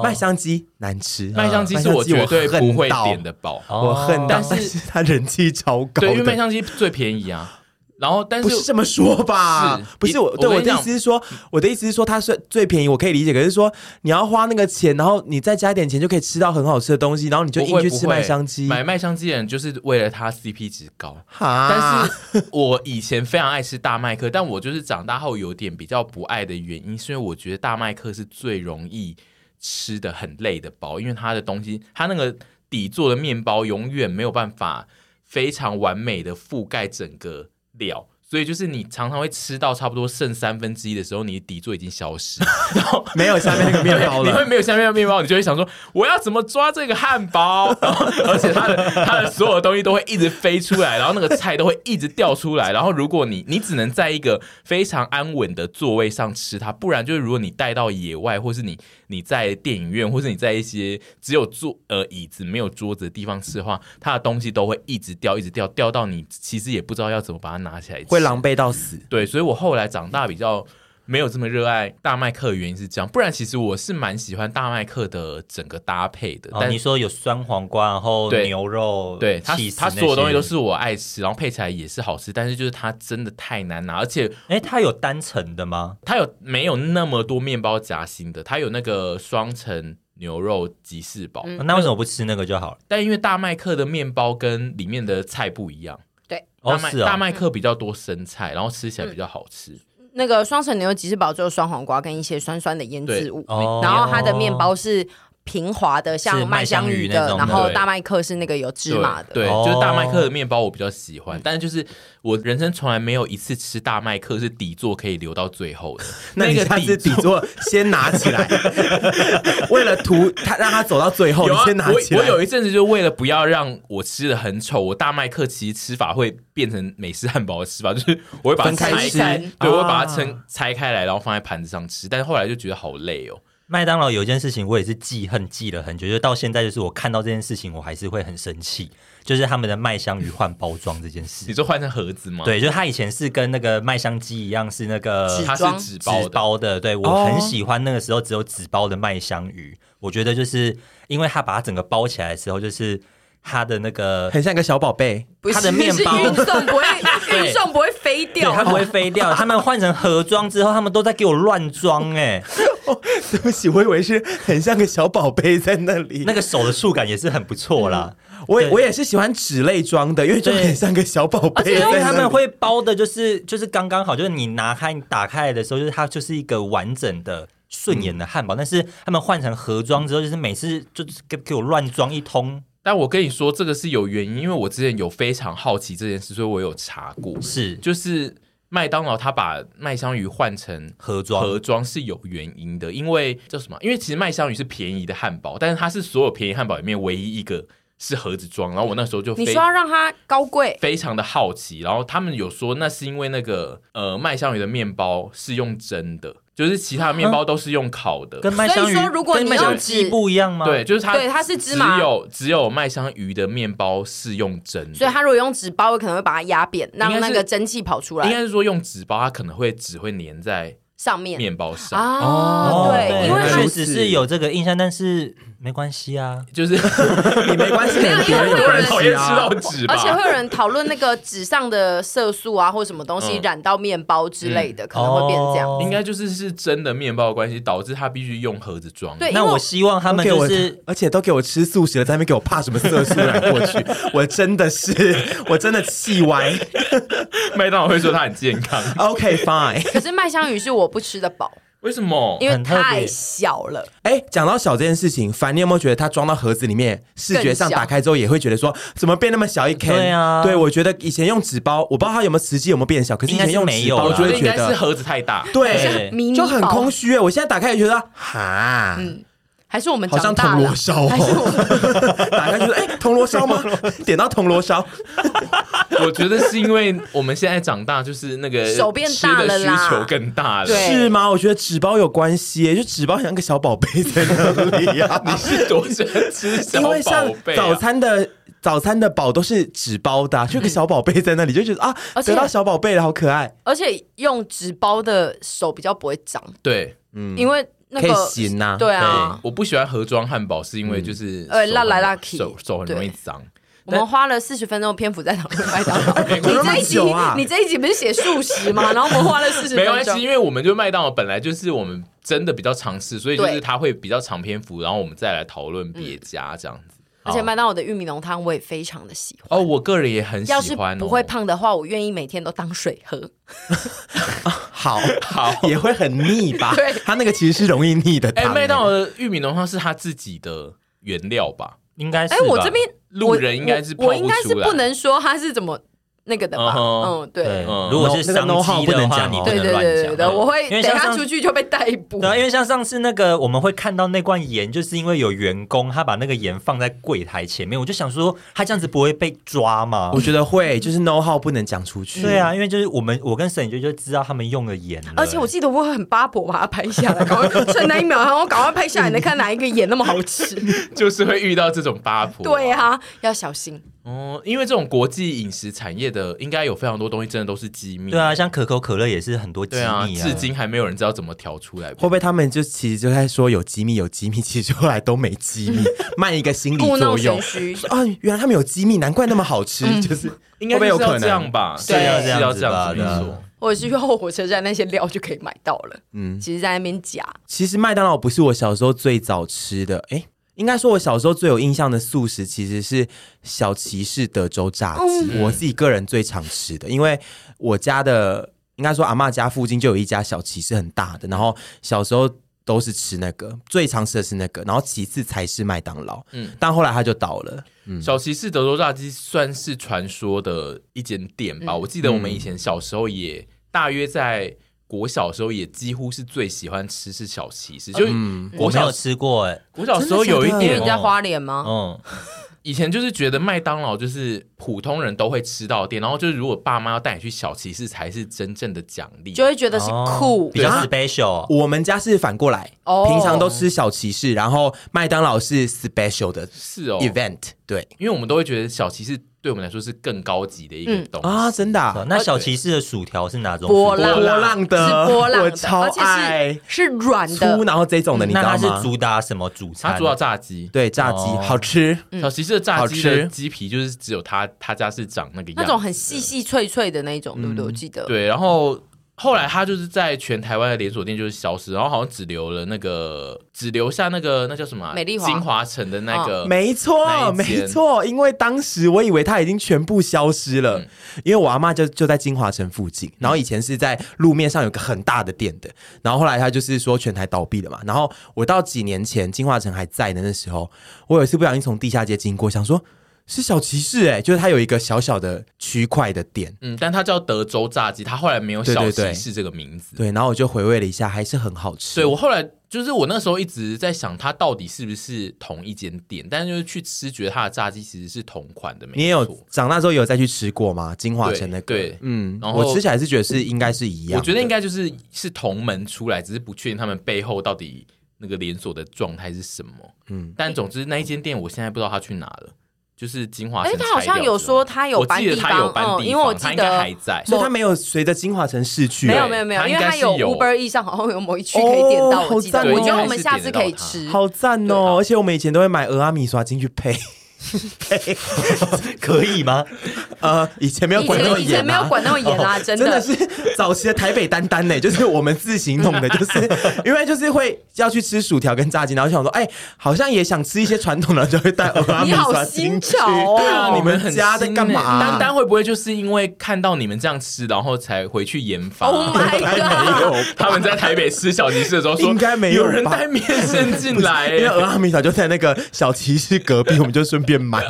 哦，麦香鸡难吃，麦香鸡是我绝对不会点的堡。哦我恨到，但是他人气超高的，对，因为麦香鸡最便宜啊。然后，但不是是这么说吧？是不是我我，对我跟我你的意讲思是说，我的意思是说，它是最便宜，我可以理解。可是说你要花那个钱，然后你再加一点钱就可以吃到很好吃的东西，然后你就不硬会去不吃会麦香鸡，买麦香鸡的人就是为了它 CP 值高。哈但是我以前非常爱吃大麦克，但我就是长大后有点比较不爱的原因，是因为我觉得大麦克是最容易吃的很累的包，因为它的东西，它那个底做的面包永远没有办法非常完美的覆盖整个料。所以就是你常常会吃到差不多剩三分之一的时候，你底座已经消失，然后没有下面那个面 包你会了。没有下面的面包，你就会想说我要怎么抓这个汉堡？然后而且它的它的所有东西都会一直飞出来，然后那个菜都会一直掉出来。然后如果你你只能在一个非常安稳的座位上吃它，不然就是如果你带到野外，或是你你在电影院，或是你在一些只有坐呃椅子没有桌子的地方吃的话，它的东西都会一直掉，一直掉，掉到你其实也不知道要怎么把它拿起来吃，会狼狈到死，对，所以我后来长大比较没有这么热爱大麦克，的原因是这样。不然其实我是蛮喜欢大麦克的整个搭配的，哦，但你说有酸黄瓜，然后对牛肉，对它 cheese 它那所有东西些都是我爱吃，然后配起来也是好吃，但是就是它真的太难拿，而且哎，它有单层的吗？它有没有那么多面包夹心的，它有那个双层牛肉吉士堡，嗯哦那为什么不吃那个就好了？但因为大麦克的面包跟里面的菜不一样。哦，大麦、是哦大麦克比较多生菜，然后吃起来比较好吃。那个双层牛吉士堡只有酸黄瓜跟一些酸酸的腌制物，哦然后它的面包是平滑的，是像麦麦香香鱼鱼那的，种然后对大麦克是那个有芝麻的。嗯对，哦对就是大麦克的面包我比较喜欢，但是就是我人生从来没有一次吃大麦克是底座可以留到最后的， 那你个下次底座。座先拿 起来，为了图他让他走到最后，有你啊先，拿起我来。我有一阵子就为了不要让我吃的很丑，我大麦克其实吃法会变成美式汉堡的吃法，就是我会把它分开拆吃对，我会啊把它撑拆开来，然后放在盘子上吃。但是后来就觉得好累哦，嗯麦当劳有一件事情，我也是记恨记了很久，就是到现在，就是我看到这件事情，我还是会很生气，就是他们的麦香鱼换包装这件你事。就换成盒子吗？，对，就是它以前是跟那个麦香鸡一样，是那个纸它装是纸包的，包的。对我很喜欢那个时候只有纸包的麦香鱼，我觉得就是因为它把它整个包起来的时候，就是它的那个。很像一个小宝贝，不是它的面包是运送 不会运送不会飞对，掉哦它。不会飞 掉。他们换成盒装之后，他们都在给我乱装 哎、 对不起，我以为是很像个小宝贝在那里。那个手的触感也是很不错啦。 我也对我也是喜欢纸类装的，因为就对很像个小宝而贝在且因那里。为他们会包的，就是就是刚刚好，就是你拿开你打开来的时候，就是它就是一个完整的顺眼的汉堡。但是他们换成盒装之后，就是每次就是给给我乱装一通，但我跟你说这个是有原因，因为我之前有非常好奇这件事，所以我有查过，是就是麦当劳它把麦香鱼换成盒装。盒装是有原因的，因为叫什么？因为其实麦香鱼是便宜的汉堡，但是它是所有便宜汉堡里面唯一一个是盒子装。然后我那时候就你非说要让它高贵，非常的好奇，然后他们有说那是因为那个呃麦香鱼的面包是用蒸的，就是其他的啊面包都是用烤的。跟麦香鱼，所以说如果跟你麦香用鸡纸不一样吗？对，，就是它，对它是芝麻只有只有麦香鱼的面包是用蒸的，所以它如果用纸包，可能会把它压扁，该是让那个蒸汽跑出应来该是说用纸包，它可能会只会粘在上面面包上。哦啊。对，因为它确如实此是有这个印象，但是没关系啊。就是你没关系，没有别人因为有有 关人讨系厌吃啊到。纸吧，而且会有人讨论那个纸上的色素啊，或什么东西嗯染到面包之类的，可能会变这样。哦应该就是是真的面包的关系，导致他必须用盒子装。对那因为我我希望他们都给就我是，而且都给我吃素食了，在那边给我怕什么色素染过 去，我真的是，我真的气歪。麦当劳会说它很健康， OK fine。可是麦香鱼是我不吃的饱，为什么？ 因为很特别太小了。哎，讲到小这件事情，凡你有没有觉得它装到盒子里面，视觉上更小打开之后也会觉得说，怎么变那么小一 can？对啊对我觉得以前用纸包，我不知道它有没有实际有没有变小，可是以前用应该是没纸有包啦就我会应觉该是得，盒子太大。对对，迷你就很包空虚。我现在打开也觉得，哈，还是我们好长像铜大锣了，烧、还是哦，我 打开就是哎，铜锣烧吗？点到铜锣烧，我觉得是因为我们现在长大，就是那个手变大了吃的啦需求更大了。对是吗？我觉得纸包有关系耶，就纸包像个小宝贝在那里啊。你 是多喜欢吃小因为像宝贝、啊？早餐的早餐的宝都是纸包的啊、就有个小宝贝在那里，就觉得啊，嗯而且得到小宝贝了，好可爱。 而且用纸包的手比较不会长，对，因为那可以个行呐、对啊，我不喜欢盒装汉堡，是因为就是呃手辣来很辣去手手很容易对脏。我们花了四十分钟的篇幅在讨论麦当劳。你那么这一集久啊，你这一集不是写素食吗？然后我们花了四十没关分系，钟。因为我们就麦当劳本来就是我们真的比较尝试，所以就是对它会比较长篇幅，然后我们再来讨论别家这样子。而且麦当劳的玉米浓汤我也非常的喜欢。哦，我个人也很喜要是欢、哦，不会胖的话，我愿意每天都当水喝。好好也会很腻吧？ 对它那个其实是容易腻的哎、汤、麦当劳的玉米浓汤是他自己的原料吧？应该是哎，我吧这边路人应该是我我泡不应该是出来不能说它是怎么那个的吧。嗯哼嗯，对，嗯如果 no- 是那商个 know-how 机不的能话，讲你哦不对对能对乱对讲对对，哦。我会因为等像下上出去就被逮捕。对啊，因为像上次那个，我们会看到那罐盐，就是因为有员工他把那个盐放在柜台前面，我就想说，他这样子不会被抓吗我？觉得会，就是 no how 不能讲出去。对啊，因为就是我们，我跟沈就就知道他们用的盐了，而且我记得我很八婆把它拍下来，赶快趁那一秒，然后赶快拍下来，能看哪一个眼那么好吃？就是会遇到这种八婆。对，啊，要小心。哦，因为这种国际饮食产业的，应该有非常多东西真的都是机密。对啊，像可口可乐也是很多机对密啊，啊，至今还没有人知道怎么调出来。会不会他们就其实就在说有机密有机密，其实后来都没 机密，卖一个心理故弄作玄嗯用虚说啊！原来他们有机密，难怪那么好吃，就是应该会不会有就是要可这样能？吧？是要是这样要子这吧样子对啊没错。我是去后火车站那些料就可以买到了。嗯，嗯其实在那边夹，其实麦当劳不是我小时候最早吃的，诶，应该说我小时候最有印象的素食其实是小骑士德州炸鸡，嗯嗯我自己个人最常吃的，因为我家的应该说阿嬷家附近就有一家小骑士很大的，然后小时候。都是吃那个，最常吃的是那个，然后其次才是麦当劳。嗯嗯，但后来它就倒了。小骑士德州炸鸡算是传说的一间店吧。嗯我记得我们以前小时候也大约在国小的时候也几乎是最喜欢吃是小骑士，就嗯我国没小、有吃过哎，国小时候有一真的假的因点为你在花莲吗？嗯，以前就是觉得麦当劳就是普通人都会吃到的店，然后就是如果爸妈要带你去小骑士才是真正的奖励。就会觉得是酷哦比较对啊 special，我们家是反过来，哦平常都吃小骑士，然后麦当劳是 special 的是哦， event，、对因为我们都会觉得小骑士对我们来说是更高级的一个嗯东西。啊，真的、哦啊。那小骑士的薯条是哪种薯波条？浪波浪的是波浪的，我超而且爱是是软粗的，然后这种的，你知那道它是吗？主打什么主餐？他主要炸鸡，对炸鸡、哦好吃，小骑士的炸鸡好的吃鸡皮就是只有他他家是长那个样子，那种很细细脆脆的那一种，对不对？我记得，对，然后后来他就是在全台湾的连锁店就是消失，然后好像只留了那个，只留下那个那叫什么啊、美丽华哦金华城的那个。没错，呃那一间没错。因为当时我以为它已经全部消嗯失了，因为我阿妈就就在金华城附近，然后以前是在路面上有个很大的店的，然后后来他就是说全台倒闭了嘛。然后我到几年前金华城还在的那时候，我有一次不小心从地下街经过，想说是小骑士哎、就是它有一个小小的区块的店。嗯，但它叫德州炸鸡，它后来没有对小对骑对士这个名字。对，然后我就回味了一下，还是很好吃。所以我后来就是我那时候一直在想，它到底是不是同一间店？但就是去吃，觉得它的炸鸡其实是同款的，没你也有错长大之后有再去吃过吗？金华城那个，对对嗯，然后我吃起来是觉得是应该是一样的，我觉得应该就是是同门出来，只是不确定他们背后到底那个连锁的状态是什么。嗯嗯，但总之那一间店我现在不知道他去哪了，就是金华哎城拆掉之他后。好像有说他有我搬记得地他有方搬地嗯方，因为我记他应该得还在。所以它没有随着金华城逝去，没有对没有没有，它因应为该它有是有 Uber E 上好像有某一区可以点到，哦我记得，好赞哦我觉得我们下次可以吃。好赞哦！而且我们以前都会买俄阿米刷进去 配，可以吗？呃，以前没有以管那么前以前严没有啊。管那么严啊，真真的的。是早期的台北丹丹呢、就是我们自行 弄的，就是因为就是会要去吃薯条跟炸鸡，然后就想说，哎、好像也想吃一些传统的，就会带俄阿米你好刷新进去。潮哦啊对啊，你你们们很家在干嘛、啊新欸丹丹会不会就是因为看到你们这样吃，然后才回去研发 Oh my 没 god！有 他们在台北吃小吉士的时候说，应该没有有人吧带面线进来 因为欸。俄阿米莎就在那个小骑士隔壁，我们就顺便买。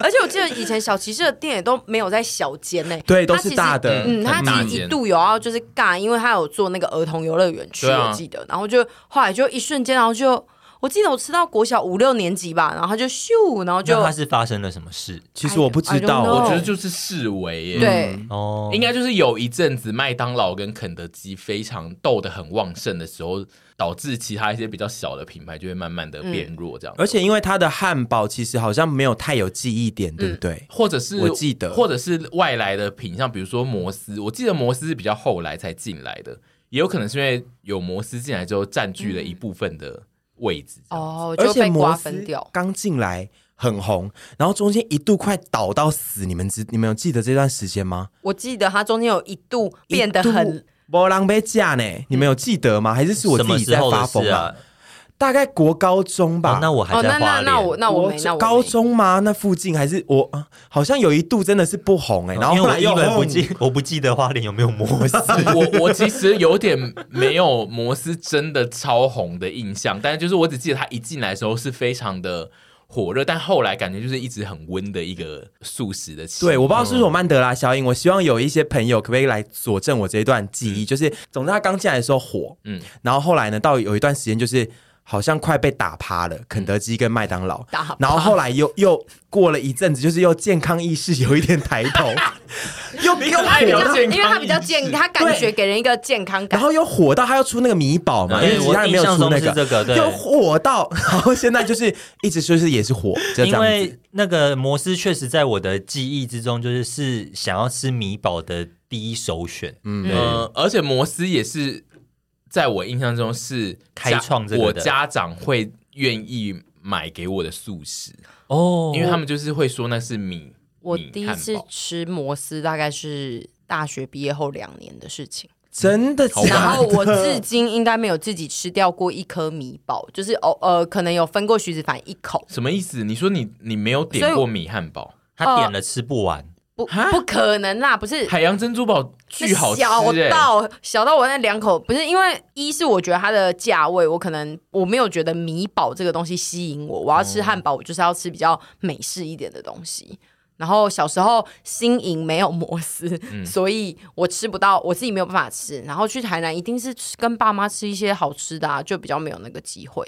而且我记得以前小骑士的店也都没有在小间呢，对都它是其实大的嗯，它很大其实一间度有要就是尬，因为它有做那个儿童游乐园区，对啊我记得，然后就后来就一瞬间，然后就我记得我吃到国小五六年级吧，然后它就咻，然后就那它是发生了什么事？其实我不知道，哦 I don't 我 know 觉得就是欸视为耶。对，嗯哦，应该就是有一阵子麦当劳跟肯德基非常斗得很旺盛的时候，导致其他一些比较小的品牌就会慢慢的变弱，这样。嗯而且因为它的汉堡其实好像没有太有记忆点，嗯对不对？或者是我记得或者是外来的品，像比如说摩斯，我记得摩斯是比较后来才进来的，也有可能是因为有摩斯进来之后占据嗯了一部分的位置。哦，哦，而就且被摩瓜斯分掉。刚进来很红，然后中间一度快倒到死，你们知你们有记得这段时间吗？我记得它中间有一度变得一很度。波浪被架呢？你们有记得吗？还是是我什自么己时在候发的疯事啊？？大概国高中吧。哦，那我还哦，那在花那莲。那我那我没那我没高中吗？那附近还是我啊好像有一度真的是不红 哎、然后哦因后为来我又一本红不记，我不记得花莲有没有摩 斯。 我我其实有点没有摩斯真的超红的印象，但是就是我只记得他一进来的时候是非常的火热，但后来感觉就是一直很温的一个素食的起源。对，我不知道是不是我曼德拉效应，我希望有一些朋友可不可以来佐证我这一段记嗯忆。就是，总之他刚进来的时候火，嗯嗯，然后后来呢，到有一段时间就是好像快被打趴了，肯德基跟麦当嗯劳打趴，然后后来又又过了一阵子，就是又健康意识有一点抬 头，又又很爱比聊火较，到，健康因为它比较健，意识它感觉给人一个健康感然。后又火到他要出那个米宝嘛，因为对其他我人印没有象出中那是这个，对，又火到，然后现在就是一直就是也是火，就这因样子。为那个摩斯确实在我的记忆之中，就是是想要吃米堡的第一首选。嗯，对，嗯，而且摩斯也是在我印象中是开创这家个的我家长会愿意买给我的素食，哦，因为他们就是会说那是米。我嗯米第一汉次堡吃摩斯大概是大学毕业后两年的事 情，真的好吧然假后的？我至今应该没有自己吃掉过一颗米堡，就是偶呃可能有分过徐子凡一口，什么意思？你说你你没有所点以过米汉堡？他点了吃哦不完，不不可能啦，不是海洋珍珠堡巨好吃、小欸，到小到我那两口，不是因为一是我觉得它的价位，我可能我没有觉得米堡这个东西吸引我，我要哦吃汉堡，我就是要吃比较美式一点的东西。然后小时候新营没有摩斯，嗯 所以我吃不到，我自己没有办法吃。然后去台南一定是吃跟爸妈吃一些好吃的、啊，就比较没有那个机会。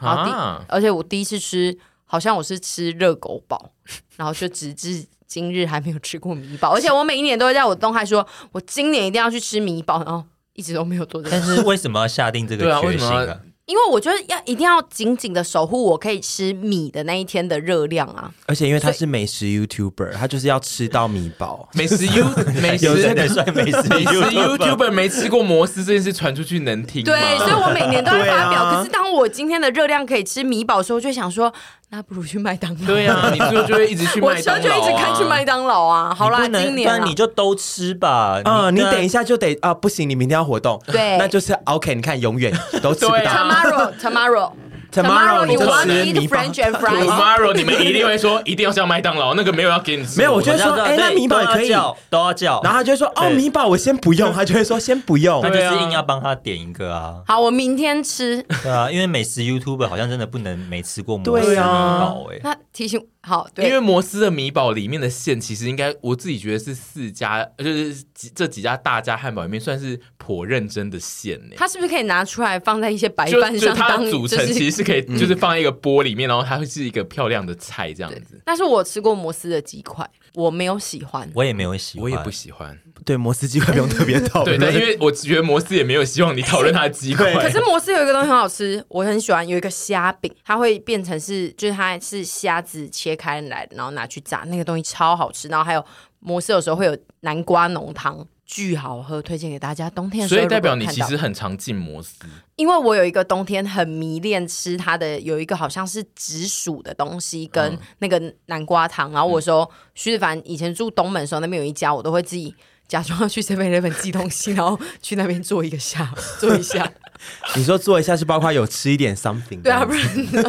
然后第，啊！而且我第一次吃，好像我是吃热狗堡，然后就直至今日还没有吃过米堡。而且我每一年都会在我动态说，我今年一定要去吃米堡，然后一直都没有做这但个，是为什么要下定这对个啊为决什心么要啊？因为我觉得要一定要紧紧的守护我可以吃米的那一天的热量啊。嗯而且因为他是美食 YouTuber，他就是要吃到米堡。美 食 You 美食有真 的算美 食美食 YouTube， YouTuber 没吃过摩斯这件事传出去能听吗？对，所以我每年都会发表。 对啊可是当我今天的热量可以吃米堡的时候，我就想说，那不如去麦当劳。对 啊，你最后就会一直去我麦车当就劳、啊，一直开去麦当劳啊。好啦，你不能今不年然啦你就都吃吧。嗯，你对啊等一下就得啊，不行，你明天要活动，对那就是 OK。你看，永远都吃不对啊到。 tomorrow tomorrow Tomorrow 你你就 want to 吃 eat 米堡 French and fries。 Tomorrow 你们一定会说一定要像麦当劳，那个没有要给你吃。没有我觉得我知说道知道哎那对米堡也都要可以叫都要叫， 然后他就会说哦，对米堡我先不用，他 就会说先不用他。就对啊是硬要帮他点一个啊。好，我明天吃。 对啊，因为美食 YouTube 好像真的不能没吃过摩斯对米啊堡哎。那提醒好，因为对，摩斯的米堡里面的馅，其实应该我自己觉得是四家，就是几这几家大家汉堡里面算是颇认真的馅呢、它是不是可以拿出来放在一些白就饭就上它当？的组成就其是，实是可以，就是放在一个锅里面，然后它会是一个漂亮的菜这样子。但是我吃过摩斯的鸡块，我没有喜欢。我也没有喜欢，我也不喜欢，对，摩斯鸡块不用特别讨对，论， 但因为我觉得摩斯也没有希望你讨论它的鸡块。对可是摩斯有一个东西很好吃，我很喜欢，有一个虾饼，它会变成是，就是它是虾子切开来，然后拿去炸，那个东西超好吃。然后还有摩斯有时候会有南瓜浓汤，巨好喝，推荐给大家。冬天的时所候以如果代有看表到，你其实很常进摩斯，因为我有一个冬天很迷恋吃它的，有一个好像是紫薯的东西跟那个南瓜汤。然后我说徐子凡以前住东门的时候，那边有一家，我都会自己假装要去 Seven Eleven 寄东西，然后去那边坐一个下，坐一下。你说做一下是包括有吃一点 something。对啊， 不然呢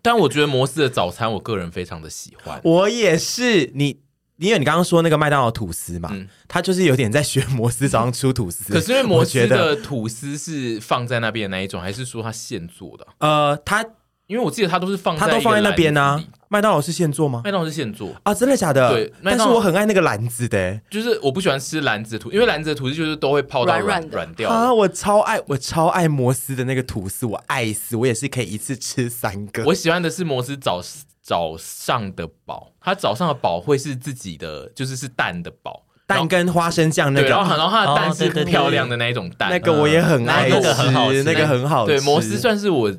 但我觉得摩斯的早餐，我个人非常的喜欢。我也是，你因为你刚刚说那个麦当劳吐司嘛，他就是有点在学摩斯早上出吐司。嗯可是因为摩我斯觉的得，吐司是放在那边的那一种，还是说它现做的啊？呃，他因为我记得它都是放他都放在那边啊呢、呢。麦当劳是现做吗？麦当劳是现做，啊，真的假的？对麦但当是劳我很爱那个篮子的、欸。就是我不喜欢吃篮子的吐司，因为篮子的吐司就是都会泡到软软软的软掉的啊，我超爱，我超爱摩斯的那个吐司，我爱死，我也是可以一次吃三个。我喜欢的是摩斯早早上的堡，它早上的堡会是自己的，就是是蛋的堡，蛋跟花生酱那对，个，然后然后它的蛋哦对是对对漂亮的那一种蛋，那个我也很爱吃，嗯那个很好吃那个很好吃。对摩斯，算是我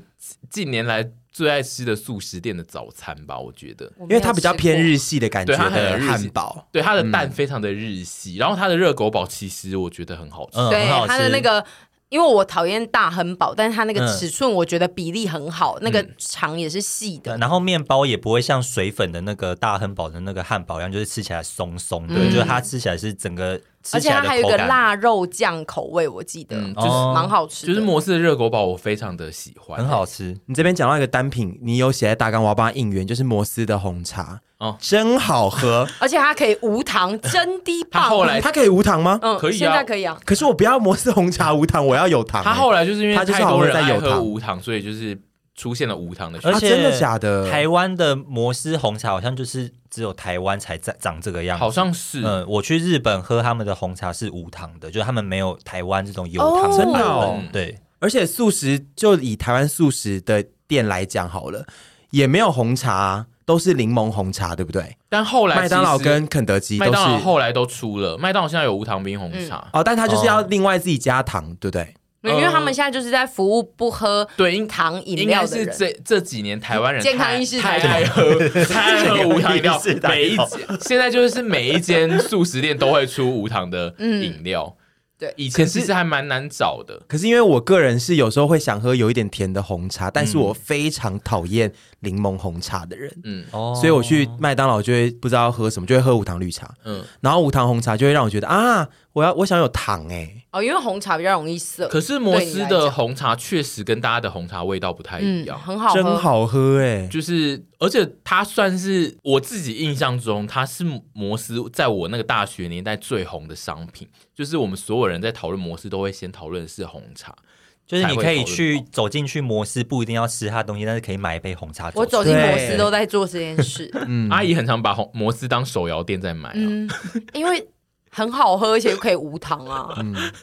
近年来最爱吃的素食店的早餐吧，我觉得。因因为它比较偏，日系的感觉对它很有的日系汉堡，对它的蛋非常的日系，然后它的热狗堡其实我觉得很好吃，嗯对很好吃它的那个。因为我讨厌大亨堡，但是它那个嗯尺寸我觉得比例很好，那个肠也是细的对，，然后面包也不会像水粉的那个大汉堡的那个汉堡一样，就是吃起来松松的，嗯就是它吃起来是整个吃而且起来它的还有一口个感。腊肉酱口味，我记得、嗯就是蛮好吃的。就是摩斯的热狗堡我非常的喜欢，很好吃，你这边讲到一个单品，你有写在大纲，我要帮他应援，就是摩斯的红茶，哦真 好喝。而且它可以无糖，真的棒。他后来它可以无糖吗？嗯，可以啊现在可以啊。可是我不要摩斯红茶无糖，我要有糖欸、他后来就是因为他就是太多人好像在爱有喝糖无糖，所以就是出现了无糖的选而择。啊且、真的假的呃台湾的摩斯红茶好像就是只有台湾才在长这个样子，好像是，嗯，我去日本喝他们的红茶是无糖的，就是他们没有台湾这种有哦糖版真本的哦对，而且素食就以台湾素食的店来讲好了，也没有红茶啊，都是柠檬红茶，对不对？但后来麦当劳其实跟肯德基麦都是当劳后来都出了，麦当劳现在有无糖冰红茶，哦，但它就是要哦另外自己加糖，对不对？呃因为他们现在就是在服务不喝对，应糖饮应料该的是人。这这几年台湾人健康太意识太抬爱喝， 太爱喝无糖饮料健康意每一识，抬头间现在就是每一间素食店都会出无糖的饮料。嗯对以前其实还蛮难找的。可是因为我个人是有时候会想喝有一点甜的红茶，但是我非常讨厌柠檬红茶的人，嗯哦所以我去麦当劳就会不知道喝什么，就会喝无糖绿茶，嗯，然后无糖红茶就会让我觉得啊，我要我想有糖哎、哦，因为红茶比较容易涩，可是摩斯对你来的讲红茶确实跟大家的红茶味道不太一嗯，样。很好喝，真好喝哎、就是，而且它算是我自己印象中，它是摩斯在我那个大学年代最红的商品。就是我们所有人在讨论摩斯，都会先讨论的是红茶。就是你可以才会讨去论走进去摩斯，不一定要吃它的东西，但是可以买一杯红茶走我进去。走进对摩斯都在做这件事，嗯，阿姨很常把红摩斯当手摇店在买、啊。嗯， 因为很好喝，而且又可以无糖啊。嗯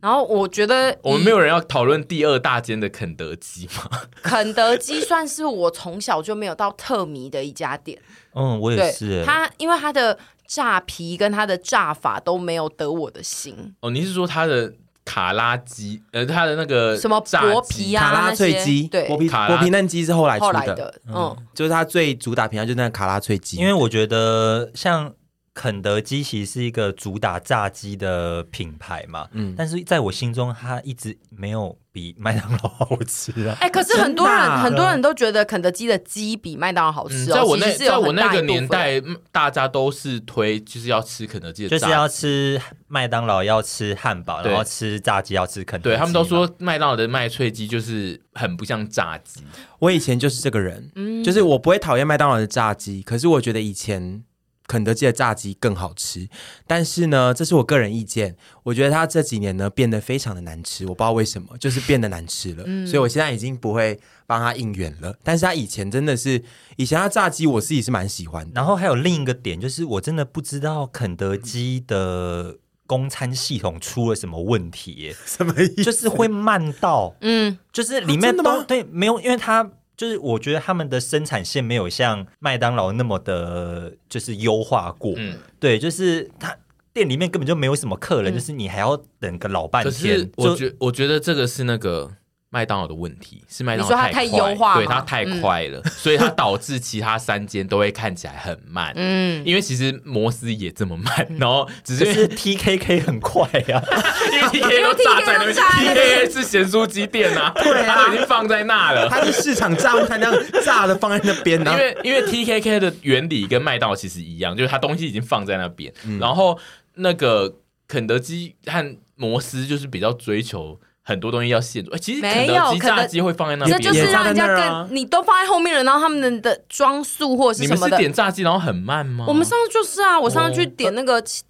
然后我觉得我们没有人要讨论第二大间的肯德基嘛？嗯肯德基算是我从小就没有到特迷的一家店，嗯，我也对是，它因为它的炸皮跟它的炸法都没有得我的心， 哦，你是说它的卡拉鸡？呃，它的那个什么炸鸡薄皮啊卡拉脆鸡，那些对薄皮卡拉薄皮嫩鸡是后来出后来的，的嗯，就是它最主打品牌就是那个卡拉脆鸡，因为我觉得像肯德基其实是一个主打炸鸡的品牌嘛，嗯，但是在我心中它一直没有比麦当劳好吃啊。哎，可是很多真的人啊很多人都觉得肯德基的鸡比麦当劳好嗯吃哦，在我那其实是有在我很大那一个部分年代，嗯大家都是推 就是要吃肯德基的就炸，是要吃麦当劳，要吃汉堡，对然后吃炸鸡，要吃肯德对基嘛。他们都说麦当劳的麦脆鸡就是很不像炸鸡，我以前就是这个人，嗯就是我不会讨厌麦当劳的炸鸡，可是我觉得以前肯德基的炸鸡更好吃。但是呢，这是我个人意见，我觉得它这几年呢变得非常的难吃，我不知道为什么，就是变得难吃了。嗯所以我现在已经不会帮他应援了。但是他以前真的是，以前他炸鸡我自己是蛮喜欢的。然后还有另一个点，就是我真的不知道肯德基的供餐系统出了什么问题 耶，什么意？就是会慢到，嗯，就是里啊面真的都、吗对没有，因为它就是我觉得他们的生产线没有像麦当劳那么的，就是优化过，嗯，对，就是它店里面根本就没有什么客人，嗯就是你还要等个老半可天是，我就觉我觉得这个是那个麦当劳的问题，是麦当你劳说它快太优化吗嗯对它太快了，所以它导致其他三间都会看起来很慢。嗯因为其实摩斯也这么慢，然后只是就 是 T K K 很快啊呀、因为 T K 都炸在那边，T K 是咸酥鸡店呐、啊，对啊， 已经放在那了。他是市场炸物摊那样炸的放在那边，因然后为因为 T K K 的原理跟麦当劳其实一样，就是它东西已经放在那边，然后那个肯德基和摩斯就是比较追求很多东西要现做。哎其实肯没有德基肯德炸鸡会放在那这边，就是让人家也放在那儿啊更你都放在后面了，然后他们的装束或者你是们什么是的，点炸鸡然后很慢吗？我们上次就是啊，我上次去点那个青、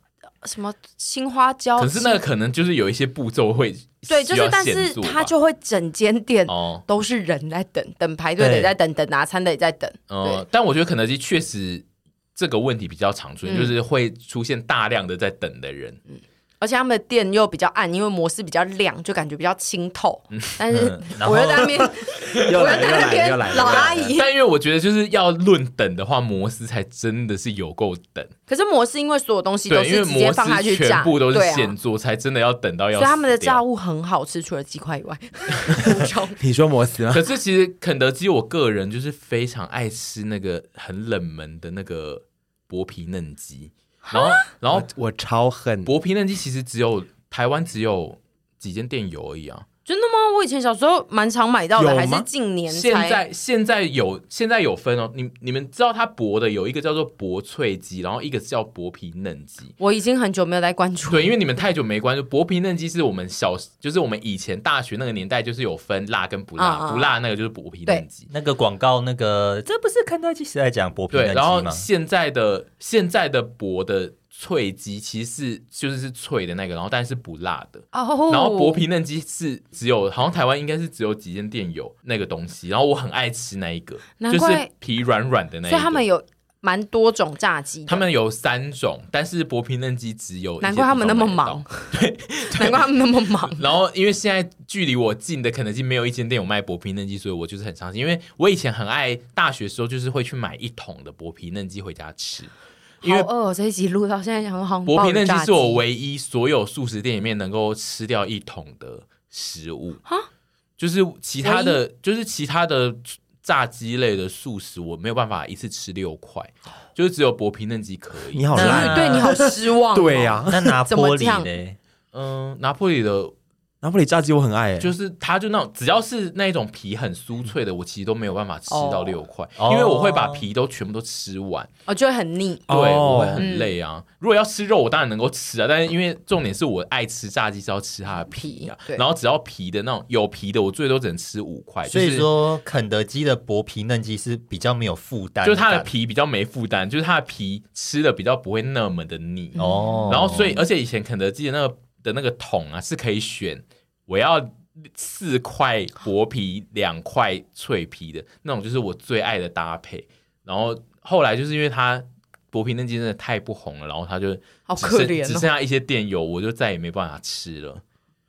什么青花椒，可是那个可能就是有一些步骤会对，需就是要但现是做他吧就会整间店哦。都是人在等，等排队的对也在等，等拿餐的也在等，嗯，但我觉得肯德基确实这个问题比较常出现，嗯就是会出现大量的在等的人。而且他们的店又比较暗，因为模式比较亮，就感觉比较清透。但是嗯然后我又在那边，又我来又了在那又来了又边来了老阿又来了 姨。但因为我觉得就是要论等的话，摩斯才真的是有够等，可是模式因为所有东西都对，因为是直接摩放下斯去全炸，部都是对啊，现做，才真的要等到要所死以掉。他们的炸物很好吃，除了鸡块以外， 补充你说摩斯吗？可是其实肯德基，我个人就是非常爱吃那个很冷门的那个薄皮嫩鸡，然后然后我我超恨，薄皮嫩鸡其实只有台湾只有几间店有而已啊。真的吗？我以前小时候蛮常买到的，有还是吗近年才现在现在有现在有分哦，你你们知道它薄的有一个叫做薄脆鸡，然后一个叫薄皮嫩鸡。我已经很久没有在关注。对，因为你们太久没关注薄皮嫩鸡，是我们小，就是我们以前大学那个年代，就是有分辣跟不辣，嗯嗯嗯不辣那个就是薄皮嫩鸡。那个广告那个，这不是肯德基是在讲薄皮对，嫩然后鸡吗？现在的现在的薄的脆鸡其实是就是是脆的那个，然后但是不辣的。哦然后薄皮嫩鸡是只有，好像台湾应该是只有几间店有那个东西，然后我很爱吃那一个，难就怪是皮软软的那一所个。以他们有蛮多种炸鸡的，他们有三种，但是薄皮嫩鸡只有。难怪他们那么忙。， 难怪他们那么忙。然后，因为现在距离我近的肯德基没有一间店有卖薄皮嫩鸡，所以我就是很伤心。因为我以前很爱大学时候就是会去买一桶的薄皮嫩鸡回家吃， 因为好饿、哦，这一集录到现在想说好像薄爆皮嫩了鸡炸是我唯一所有素食店里面能够吃掉一桶的食物哈就是其他的，就是其他的炸鸡类的素食，我没有办法一次吃六块，就是只有薄皮嫩鸡可以。你好那 烂对啊你好失哦望、哦对、呀、那 拿怎么玻这样璃嘞？嗯，拿破里的拿破里炸鸡我很爱、欸，就是它就那种只要是那一种皮很酥脆的，我其实都没有办法吃到六块，哦因为我会把皮都全部都吃完，哦，就会很腻。对，哦我会很累啊。嗯如果要吃肉，我当然能够吃啊，但是因为重点是我爱吃炸鸡是要吃它的皮啊皮，对然后只要皮的那种有皮的，我最多只能吃五块，所就以是说，肯德基的薄皮嫩鸡是比较没有负担感，就是它的皮比较没负担，就是它的皮吃的比较不会那么的腻。哦，然后所以，而且以前肯德基的那个的那个桶啊，是可以选我要四块薄皮、两块脆皮的那种，就是我最爱的搭配。然后后来就是因为它薄皮嫩鸡真的太不红了，然后它就好只可剩怜哦只剩下一些店有，我就再也没办法吃了。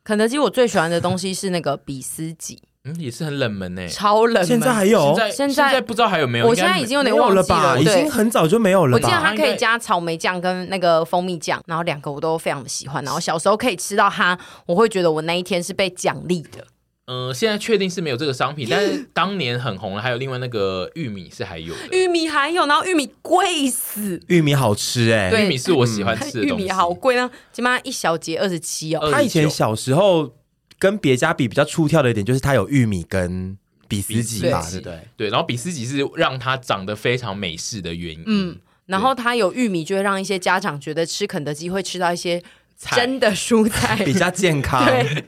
肯德基我最喜欢的东西是那个比斯吉，嗯，也是很冷门呢、超冷门。现在还现有，在现现在在不知道还有没有？我应该现在已经有没点有忘了记吧？已对经，很早就没有了我记得吧？它可以加草莓酱跟那个蜂蜜酱，然后两个我都非常的喜欢。然后小时候可以吃到它，我会觉得我那一天是被奖励的。嗯、现在确定是没有这个 商品，但是当年很红了，还有另外那个玉米是还有的，玉米还有，然后玉米贵死，玉米好吃哎、对嗯玉 米是我喜欢吃的玉东西。米好贵呢，起码一小节二十七哦。 29他以前小时候跟别家比比较出挑的一点，就是他有玉米跟比斯吉吧，比斯对吉不对？对，然后比斯吉是让它长得非常美式的原因。嗯，然后它有玉米，就会让一些家长觉得吃肯德基会吃到一些菜真的 蔬菜。比较健康。 对，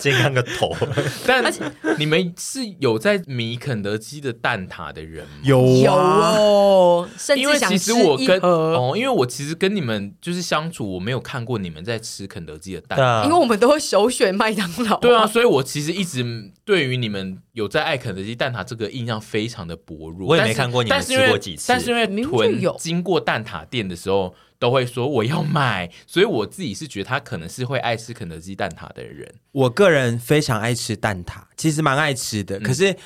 健康个头，但你们是有在迷肯德基的蛋挞的人吗？有有啊，哦，甚因为至想其实吃我一跟盒，哦，因为我其实跟你们就是相处，我没有看过你们在吃肯德基的蛋对挞。啊因为我们都会首选麦当劳。呃对啊，，所以我其实一直对于你们有在爱肯德基蛋挞这个印象非常的薄弱。我也没但是看过你们但是吃因为过几次但是因为明明就屯有经过蛋挞店的时候都会说我要买，所以我自己是觉得他可能是会爱吃肯德基蛋挞的人。我个人非常爱吃蛋挞，其实蛮爱吃嗯的，可是。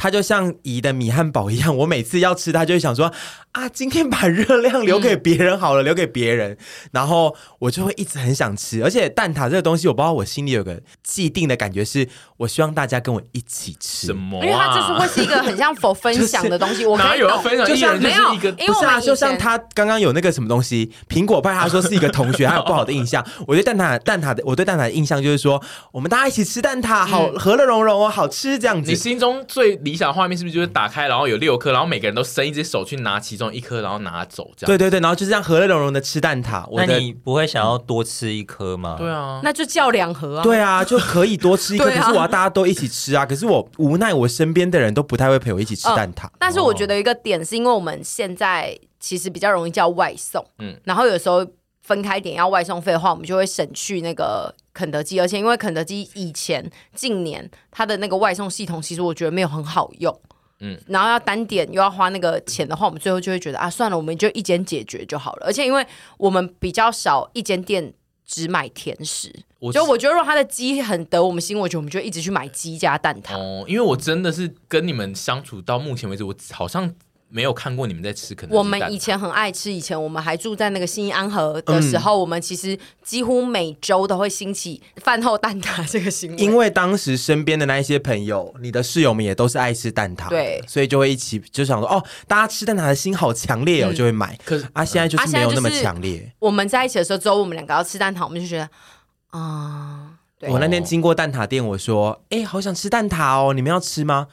它就像姨的米汉堡一样，我每次要吃它，就会想说啊，今天把热量留给别人好了，留给 别人。然后我就会一直很想吃，而且蛋挞这个东西，我不知道我心里有个既定的感觉是，我希望大家跟我一起吃。什么、啊？因为它就是会是一个很像否分享的东西，我哪可以有要懂。分享？就一人像就没有是一个因为不我是们啊，以就像前他刚刚有那个什么东西，苹果派，他说是一个同学，他有不好的 印象。我对蛋挞蛋挞的，我对蛋挞的印象就是说，我们大家一起吃蛋挞，嗯好和乐融融哦，好吃这样你子。心中最理想的画面是不是就是打开，然后有六颗，然后每个人都伸一只手去拿其中一颗，然后拿走这样？对对对，然后就这样和乐融融的吃蛋挞，我那的你不会想要多吃一颗吗？对啊，那就叫两盒啊。对啊，就可以多吃一个， 对可啊是我要大家都一起吃啊。可是我无奈我身边的人都不太会陪我一起哦吃蛋挞，但哦是我觉得有一个点是因为我们现在其实比较容易叫外送，嗯嗯，然后有时候分开点要外送费的话，我们就会省去那个肯德基，而且因为肯德基以前近年它的那个外送系统，其实我觉得没有很好用。嗯嗯，然后要单点又要花那个钱的话，我们最后就会觉得啊，算了，我们就一间解决就好了。而且因为我们比较少一间店只买甜食，我就我觉得如果它的鸡很得我们心，我觉得我们就一直去买鸡加蛋挞。哦，因为我真的是跟你们相处到目前为止，我好像没有看过你们在吃肯德基我蛋挞。们以前很爱吃，以前我们还住在那个新义安河的时候，我们其实几乎每周都会兴起饭后蛋挞这个行为。因为当时身边的那一些朋友，你的室友们也都是爱吃蛋挞的，对所以就会一起就想说，哦，大家吃蛋挞的心好强烈哦，就会买。可是啊，现在就嗯啊是现在没有就那么是强烈。我们在一起的时候，只有我们两个要吃蛋挞，我们就觉得啊、对我那天经过蛋挞店，我说：“哎、好想吃蛋挞哦，你们要吃吗？”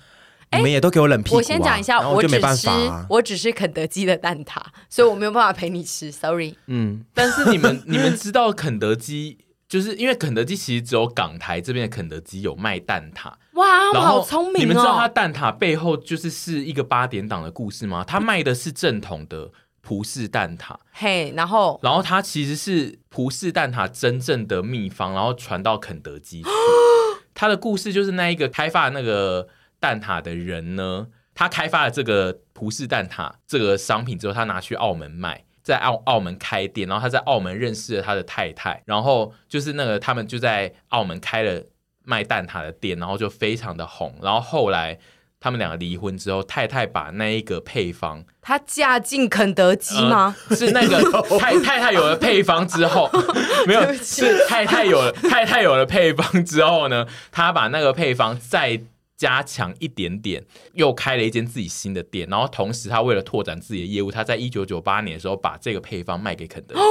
你们也都给我冷屁股、啊。我先讲一下，然后我就只没办吃、法、啊。我只吃肯德基的蛋挞，所以我没有办法陪你吃，sorry。嗯，但是你们 你们知道肯德基，就是因为肯德基其实只有港台这边的肯德基有卖蛋挞，哇，我然后好聪你明们知道它哦！蛋挞背后就是是一个八点档的故事吗？它卖的是正统的葡式蛋挞，嘿，然后然后它其实是葡式蛋挞真正的秘方，然后传到肯德基去。它的故事就是那一个开发那个蛋挞的人呢，他开发了这个葡式蛋挞这个商品之后，他拿去澳门卖。在澳澳门开店，然后他在澳门认识了他的太太，然后就是那个他们就在澳门开了卖蛋挞的店，然后就非常的红。然后后来他们两个离婚之后，太太把那一个配方他嫁进肯德基吗？呃是那个太太太有了配方之 后，没有是太太有了太太有了配方之后呢，她把那个配方再加强一点点，又开了一间自己新的店。然后同时，她为了拓展自己的业务，她在一九九八年的时候把这个配方卖给肯德哦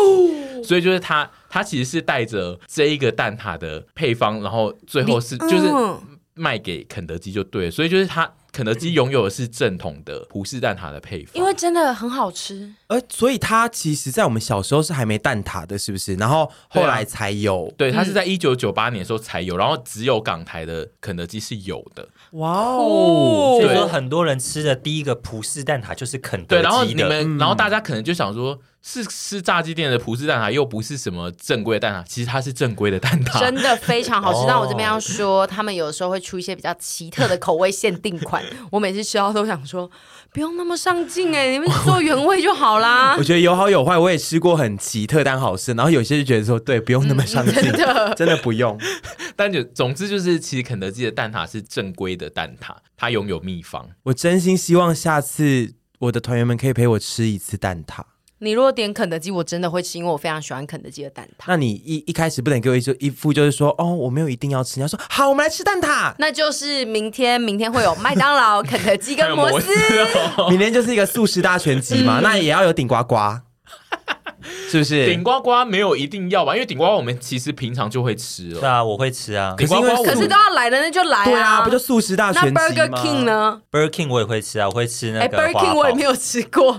基。所以就是她，她其实是带着这一个蛋挞的配方，然后最后是就是嗯卖给肯德基就对了。所以就是她。肯德基拥有的是正统的葡式蛋挞的配方，因为真的很好吃，呃，所以它其实，在我们小时候是还没蛋挞的，是不是？然后啊后来才有。对，它是嗯在一九九八年的时候才有，然后只有港台的肯德基是有的。哇哦所以对说很多人吃的第一个葡式蛋挞就是肯德对，基的。然后你嗯们，然后大家可能就想说，是是炸鸡店的葡式蛋挞，又不是什么正规的蛋挞，其实它是正规的蛋挞 真。的非常好吃哦。但我这边要说，他们有时候会出一些比较奇特的口味限定 款，我每次吃到都想说，不用那么上进哎，你们做原味就好啦 我。觉得有好有坏，我也吃过很奇特但好吃，然后有些就觉得说，对，不用那么上进，嗯真的真的不用。 但就总之就是，其实肯德基的蛋挞是正规的蛋挞，它拥有秘方。我真心希望下次我的团员们可以陪我吃一次蛋挞。你如果点肯德基，我真的会吃，因为我非常喜欢肯德基的蛋挞。那你一一开始不能给我一就一副就是说，哦，我没有一定要吃，你要说好，我们来吃蛋挞。那就是明天，明天会有麦当劳、肯德基还跟有摩摩斯斯。哦，明天就是一个素食大全集嗯嘛，那也要有顶呱呱，是不 是顶？呱呱没有一定要吧，因为顶呱呱我们其实平常就会吃对了。啊，我会吃啊顶是呱因为呱我可是都要来了，那就来对啊，不就素食大那全集吗 Burger King 呢？ ，Burger King 我也会吃啊，我会吃那哎个，Burger 花 King 堡。我也没有吃过，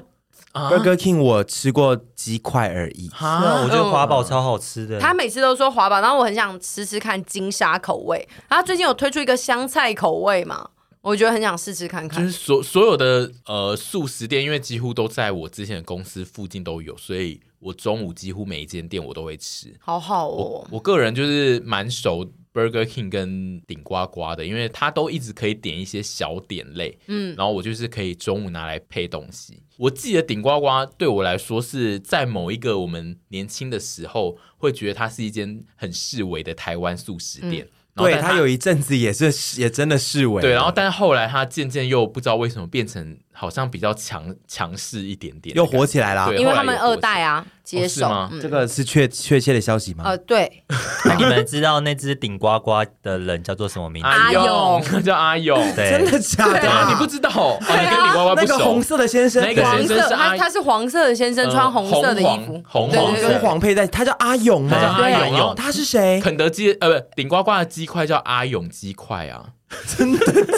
啊 Burger King 我吃过鸡块而已，是啊，啊我觉得花堡超好吃的。他每次都说华堡，然后我很想吃吃看金沙口味。然后最近有推出一个香菜口味嘛，我觉得很想试试看就看是。所所有的呃素食店，因为几乎都在我之前的公司附近都有，所以我中午几乎每一间店我都会吃。好好我哦，我个人就是蛮熟 Burger King 跟顶呱呱的，因为它都一直可以点一些小点类，嗯，然后我就是可以中午拿来配东西。我记得顶呱呱对我来说是在某一个我们年轻的时候会觉得它是一间很市委的台湾素食店，然后对但他有一阵子也是也真的视为对，然后但后来它渐渐又不知道为什么变成好像比较强强势一点点的又感觉，火起来啦对。因为他后来们有二国代啊接手是吗，嗯这个是确确切的消息吗呃？对，那你们知道那只顶呱呱的人叫做什么名字？阿阿勇 叫阿勇，对，真的假对啊啊，你的？不知道哦，哦你跟顶呱呱啊那不个熟红。色的先生，那个黄黄先生色，是阿他他是黄色的先生，呃穿红色的衣服，嗯红黄对红黄对对跟色黄佩戴，他叫阿勇吗？他叫阿勇对他是谁？肯德基呃不顶呱呱的鸡块叫阿勇鸡块啊，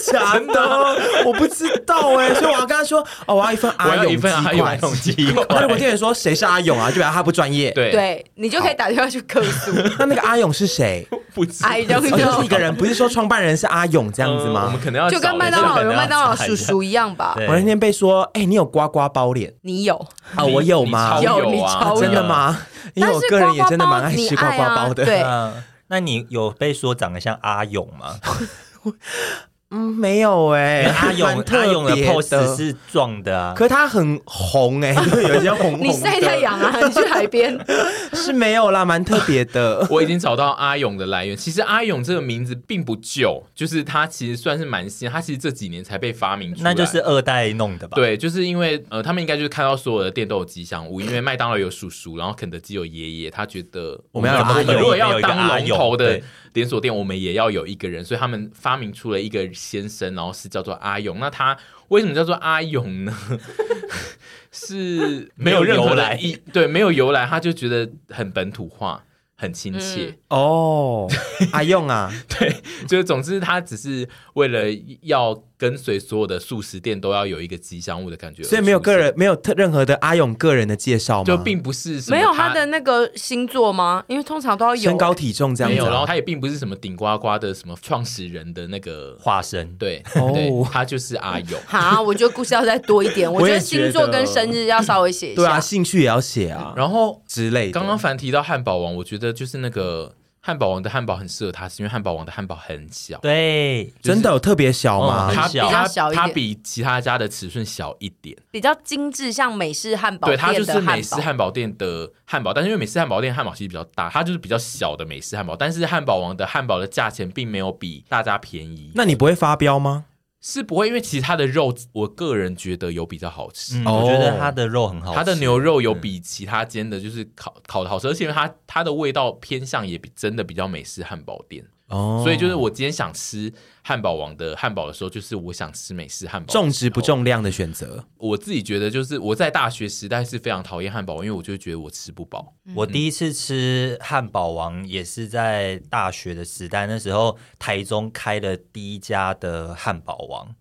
假的， 我不知道哎，所以我要跟他说，哦，我要一份我阿要勇一份阿勇鸡块。鸡 那如果块，店员说谁是阿勇啊，就表示他不专业。，对对你就可以打电话去客诉。那那个阿勇 是谁？不知哎道然后哦就是一个人，不是说创办人是阿勇这样子嗯我吗们？可能要就跟找麦当人劳这个可有能要麦当劳查一叔叔一样吧。对我那天被说，哎，你有刮刮包脸你有，啊？我有吗？你超有你啊。超有真的？吗？因但为是我个人也真的蛮爱吃刮刮包刮刮包你爱啊对的。嗯那你有被说长得像阿勇吗？嗯，没有哎，阿勇蛮特阿别勇的 pose 是壮的啊，可是他很红哎，就是有一些红红的。你晒太阳啊，你去海边。是没有啦，蛮特别的 我已经找到阿勇的来源。其实阿勇这个名字并不旧，就是他其实算是蛮新，他其实这几年才被发明出来。那就是二代弄的吧？，对，就是因为呃，他们应该就是看到所有的店都有吉祥物，因为麦当劳有叔叔，然后肯德基有爷爷，他觉得我们要有阿勇如果要我们当有一龙个阿头的勇对连锁店，我们也要有一个人，所以他们发明出了一个先生，然后是叫做阿勇。那他为什么叫做阿勇呢？ 是没有任何没有由的来意，对，没有由来，他就觉得很本土化，很亲切。嗯哦，阿用啊，就是总之，他只是为了要跟随所有的素食店都要有一个吉祥物的感觉，所以没有个人，没有特任何的阿勇个人的介绍吗？就并不是什么没有他他的那个星座吗？因为通常都要有身高体重这样没子有，然后啊。他也并不是什么顶呱呱的什么创始人的那个，化身。对、哦对，他就是阿勇。哈，我觉得故事要再多一点，我我觉得也星座觉得跟生日要稍微写一对啊，下。兴趣也要写啊，然后之类的。刚刚凡提到汉堡王，我觉得就是那个汉堡王的汉堡很适合他，是因为汉堡王的汉堡很小，对，真的有特别小吗嗯？它很小它比较小一点它比其他家的尺寸小一点。比较精致，像美式汉堡对，店它就是的美汉式堡。汉堡店的汉堡，但是因为美式汉堡店汉堡其实比较大，它就是比较小的美式汉堡，但是汉堡王的汉堡的价钱并没有比大家便宜，那你不会发飙吗？是不会，因为其实它的肉，我个人觉得有比较好吃。嗯，哦我觉得它的肉很好吃，它的牛肉有比其他间的，就是烤烤的好吃，而且因为它它的味道偏向也比真的比较美式汉堡店，哦，所以就是我今天想吃汉堡王的汉堡的时候，就是我想吃美式汉堡。重质不，重量的选择。我自己觉得就是我在大学时代是非常讨厌汉堡王，因为我就觉得我吃不饱。嗯我第一次吃汉堡王也是在大学的时代，那时候台中开了第一家的汉堡王，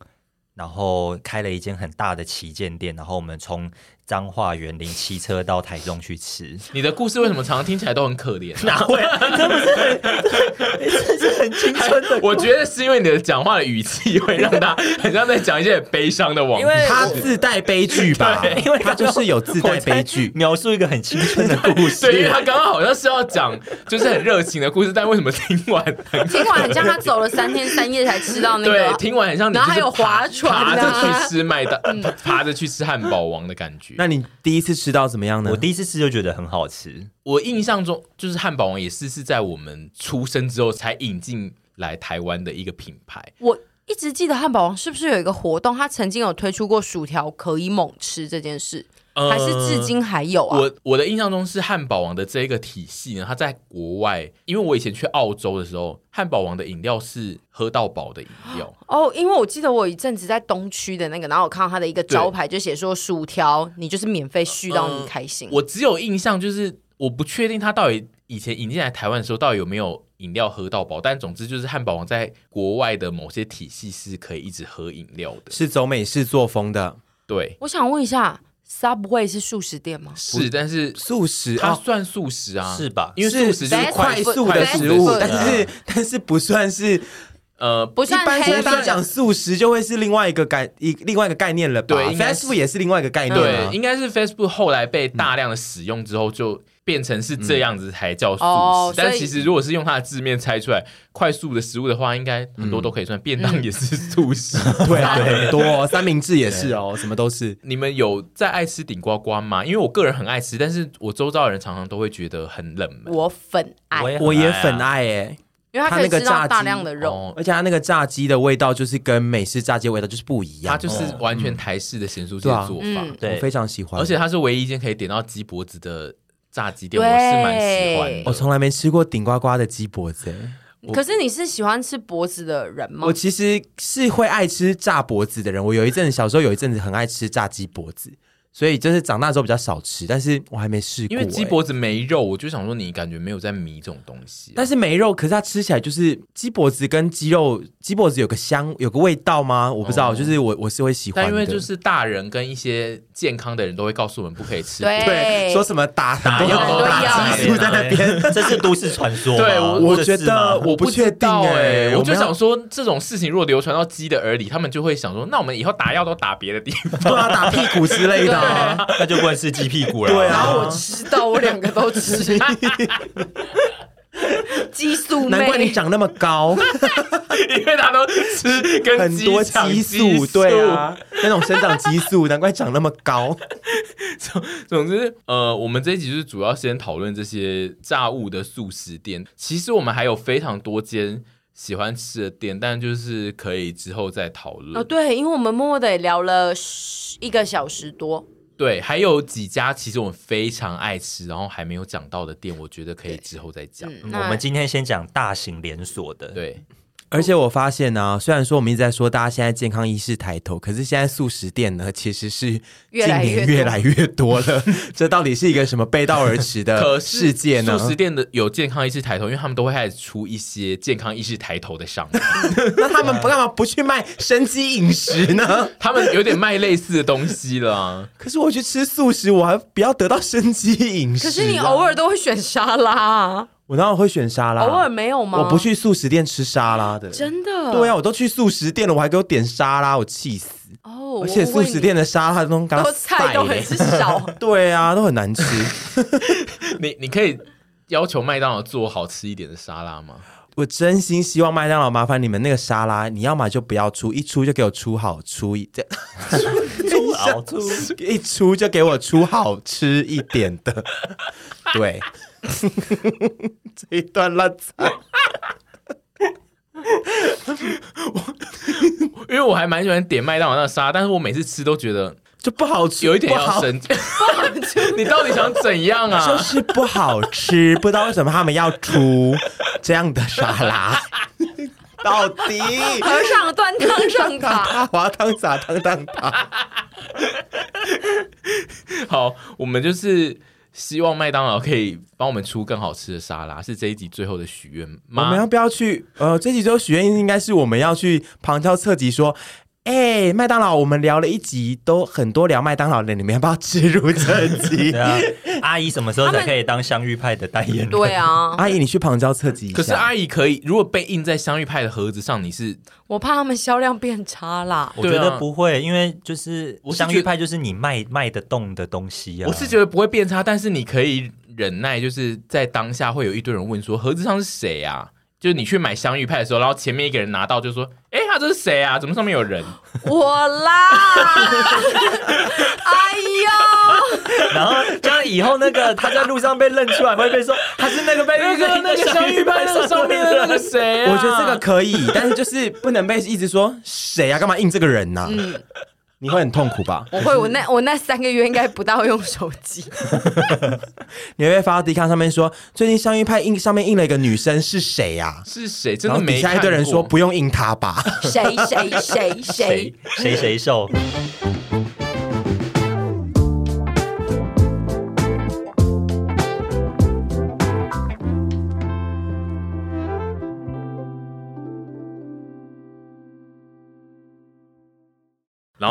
然后开了一间很大的旗舰店，然后我们从彰化园林骑车到台中去吃。你的故事为什么常常听起来都很可怜、啊？哪会？这不是很，这是很青春的。哎我觉得是因为你的讲话的语气会让他很像在讲一些很悲伤的往因为事。他自带悲剧吧，对因为他就是有自带悲 剧。描述一个很青春的故事。对，因为他刚刚好像是要讲就是很热情的故事，但为什么听 完很听完很像他走了三天三夜才吃到那啊对，个，啊听完很像你然后还有就是爬划船啊爬着去吃麦当，嗯爬着去吃汉堡王的感觉。那你第一次吃到怎么样呢我？第一次吃就觉得很好吃，我印象中，就是汉堡王也是是在我们出生之后才引进来台湾的一个品牌。我一直记得汉堡王是不是有一个活动，他曾经有推出过薯条可以猛吃这件事，还是至今还有啊？呃我我的印象中是汉堡王的这一个体系呢，它在国外，因为我以前去澳洲的时候，汉堡王的饮料是喝到饱的饮料，哦，因为我记得我有一阵子在东区的那个，然后我看到他的一个招牌，就写说薯条，你就是免费续到你开心。呃我只有印象就是我不确定它到底以前引进来台湾的时候到底有没有饮料喝到饱，但总之就是汉堡王在国外的某些体系是可以一直喝饮料的，是走美式作风的对，我想问一下，Subway 是素食店吗？是，但是素食它啊，算素食啊，是吧因为素食就是是快快速速的食物，啊 fast food 但是但是不算是呃不一算般黑现在大家的讲素食就会是另外一个概一另外一个概念了吧对应该？fast 是 food 也是另外一个概念对，啊。应该是 Facebook 后来被大量的使用之后，就变成是这样子才叫素食。嗯哦但所以其实如果是用它的字面拆出来，快速的食物的话，应该很多都可以算，便嗯当也是素食。 对啊，很多哦三明治也是哦，什么都是。你们有在爱吃顶呱呱吗？因为我个人很爱吃，但是我周遭的人常常都会觉得很冷门。我粉爱，我也我也很很爱啊。爱诶，因为它可以吃到大量的嗯肉。哦，而且它那个炸鸡的味道就是跟美式炸鸡的味道就是不一样，它就是完全台式的咸酥鸡对的啊做法，嗯我对，非常喜欢，而且它是唯一一间可以点到鸡脖子的炸鸡店，我是蛮喜欢的对。我从来没吃过顶呱呱的鸡脖子诶。可是你是喜欢吃脖子的人吗我？其实是会爱吃炸脖子的人，我有一阵子小时候有一阵子很爱吃炸鸡脖子，所以就是长大之后比较少吃，但是我还没试过、因为鸡欸脖子没肉，我就想说你感觉没有在迷这种东西啊、但是没肉，可是它吃起来就是鸡脖子跟鸡肉，鸡脖子有个香，有个味道吗？我不知道，哦就是我我是会喜欢但的。因为就是大人跟一些健康的人都会告诉我们不可以吃。对对，说什么打打药药打打药激素在哎那边，这是都市传说吗。对我我这觉是吗得我不确知定道哎、欸我就们要想说这种事情如果流传到鸡的耳里，他们就会想说，那我们以后打药都打别的地方。对啊，打屁股之类的、啊。 那就不能吃鸡屁股了。对啊然后我吃到，我两个都吃， 激素妹难。怪你长那么 高，因为他都吃跟很鸡多长激激素，素，对啊。，那种生长激素，难怪长那么高。总之，呃，我们这一集就是主要先讨论这些炸物的素食店。其实我们还有非常多间喜欢吃的店，但就是可以之后再讨论。哦，对，因为我们默默的也聊了十一个小时多，对，还有几家其实我们非常爱吃，然后还没有讲到的店，我觉得可以之后再讲。嗯，嗯那我们今天先讲大型连锁的，对，而且我发现呢、虽然说我们一直在说大家现在健康意识抬头，可是现在素食店呢，其实是 越近来越年多越来越多了。这到底是一个什么背道而 驰可的是世界呢？素食店的有健康意识抬头，因为他们都会开始出一些健康意识抬头的商品，那他啊们不干嘛不去卖生机饮食呢？ 他们有点卖类似的东西了啊。可是我去吃素食，我还不要得到生机饮食、可啊是你偶，尔都会选沙拉啊，我当然会选沙拉。偶尔没有吗？啊我不，去素食店吃沙拉的。真的。对啊，我都去素食店了，我还给我点沙拉，我气死！哦，而且素食店的沙拉都刚都菜都很 少，欸对啊，都很难吃。你你可以要求麦当劳做好吃一点的沙拉吗？我真心希望麦当劳麻烦你们那个沙拉，你要么就不要出，一出就给我出好出一这出好出 一出就给我出好吃一点 的。对，这一段烂菜，因为我还蛮喜欢点麦当劳那个沙拉，但是我每次吃都觉得就不好吃，有一点不好要生气。你到底想怎样就啊？是不好吃，不知道为什么他们要出这样的沙 拉，到底和尚端汤上塔。大滑 汤洒汤汤汤，好，我们就是希望麦当劳可以帮我们出更好吃的沙拉，是这一集最后的许愿我吗？们要不要去？呃，这几周许愿应该是我们要去旁敲侧击说。哎、麦当劳，我们聊了一集，都很多聊麦当劳的，你们要不要吃入这 集对？啊，阿姨什么时候才可以当香芋派的代言人？对啊，阿姨，你去旁敲侧击一下。可是阿姨可以，如果被印在香芋派的盒子上，你是我怕他们销量变差啦。我觉对啊得不会，因为就是我是香觉芋派就是你卖卖得动的东西啊。我是觉得不会变差，但是你可以忍耐，就是在当下会有一堆人问说盒子上是谁啊？就是你去买香芋派的时候，然后前面一个人拿到就说：“哎、他这是谁啊？怎么上面有人我啦， 哎呦，然后这样以后那个他在路上被认出来，会被说 他是那个被那个那个香芋派那个上面的那个谁、啊？”我觉得这个可以，但是就是不能被一直说谁啊，干嘛印这个人呐、嗯你会很痛苦 吧？我会，我那我那三个月应该不到用手机，你会不会发到 D 康上面说，最近香芋派印上面印了一个女生是谁呀、是谁，真然的后没底看下过。一堆人说不用印她吧， 谁谁谁谁谁，谁谁瘦，然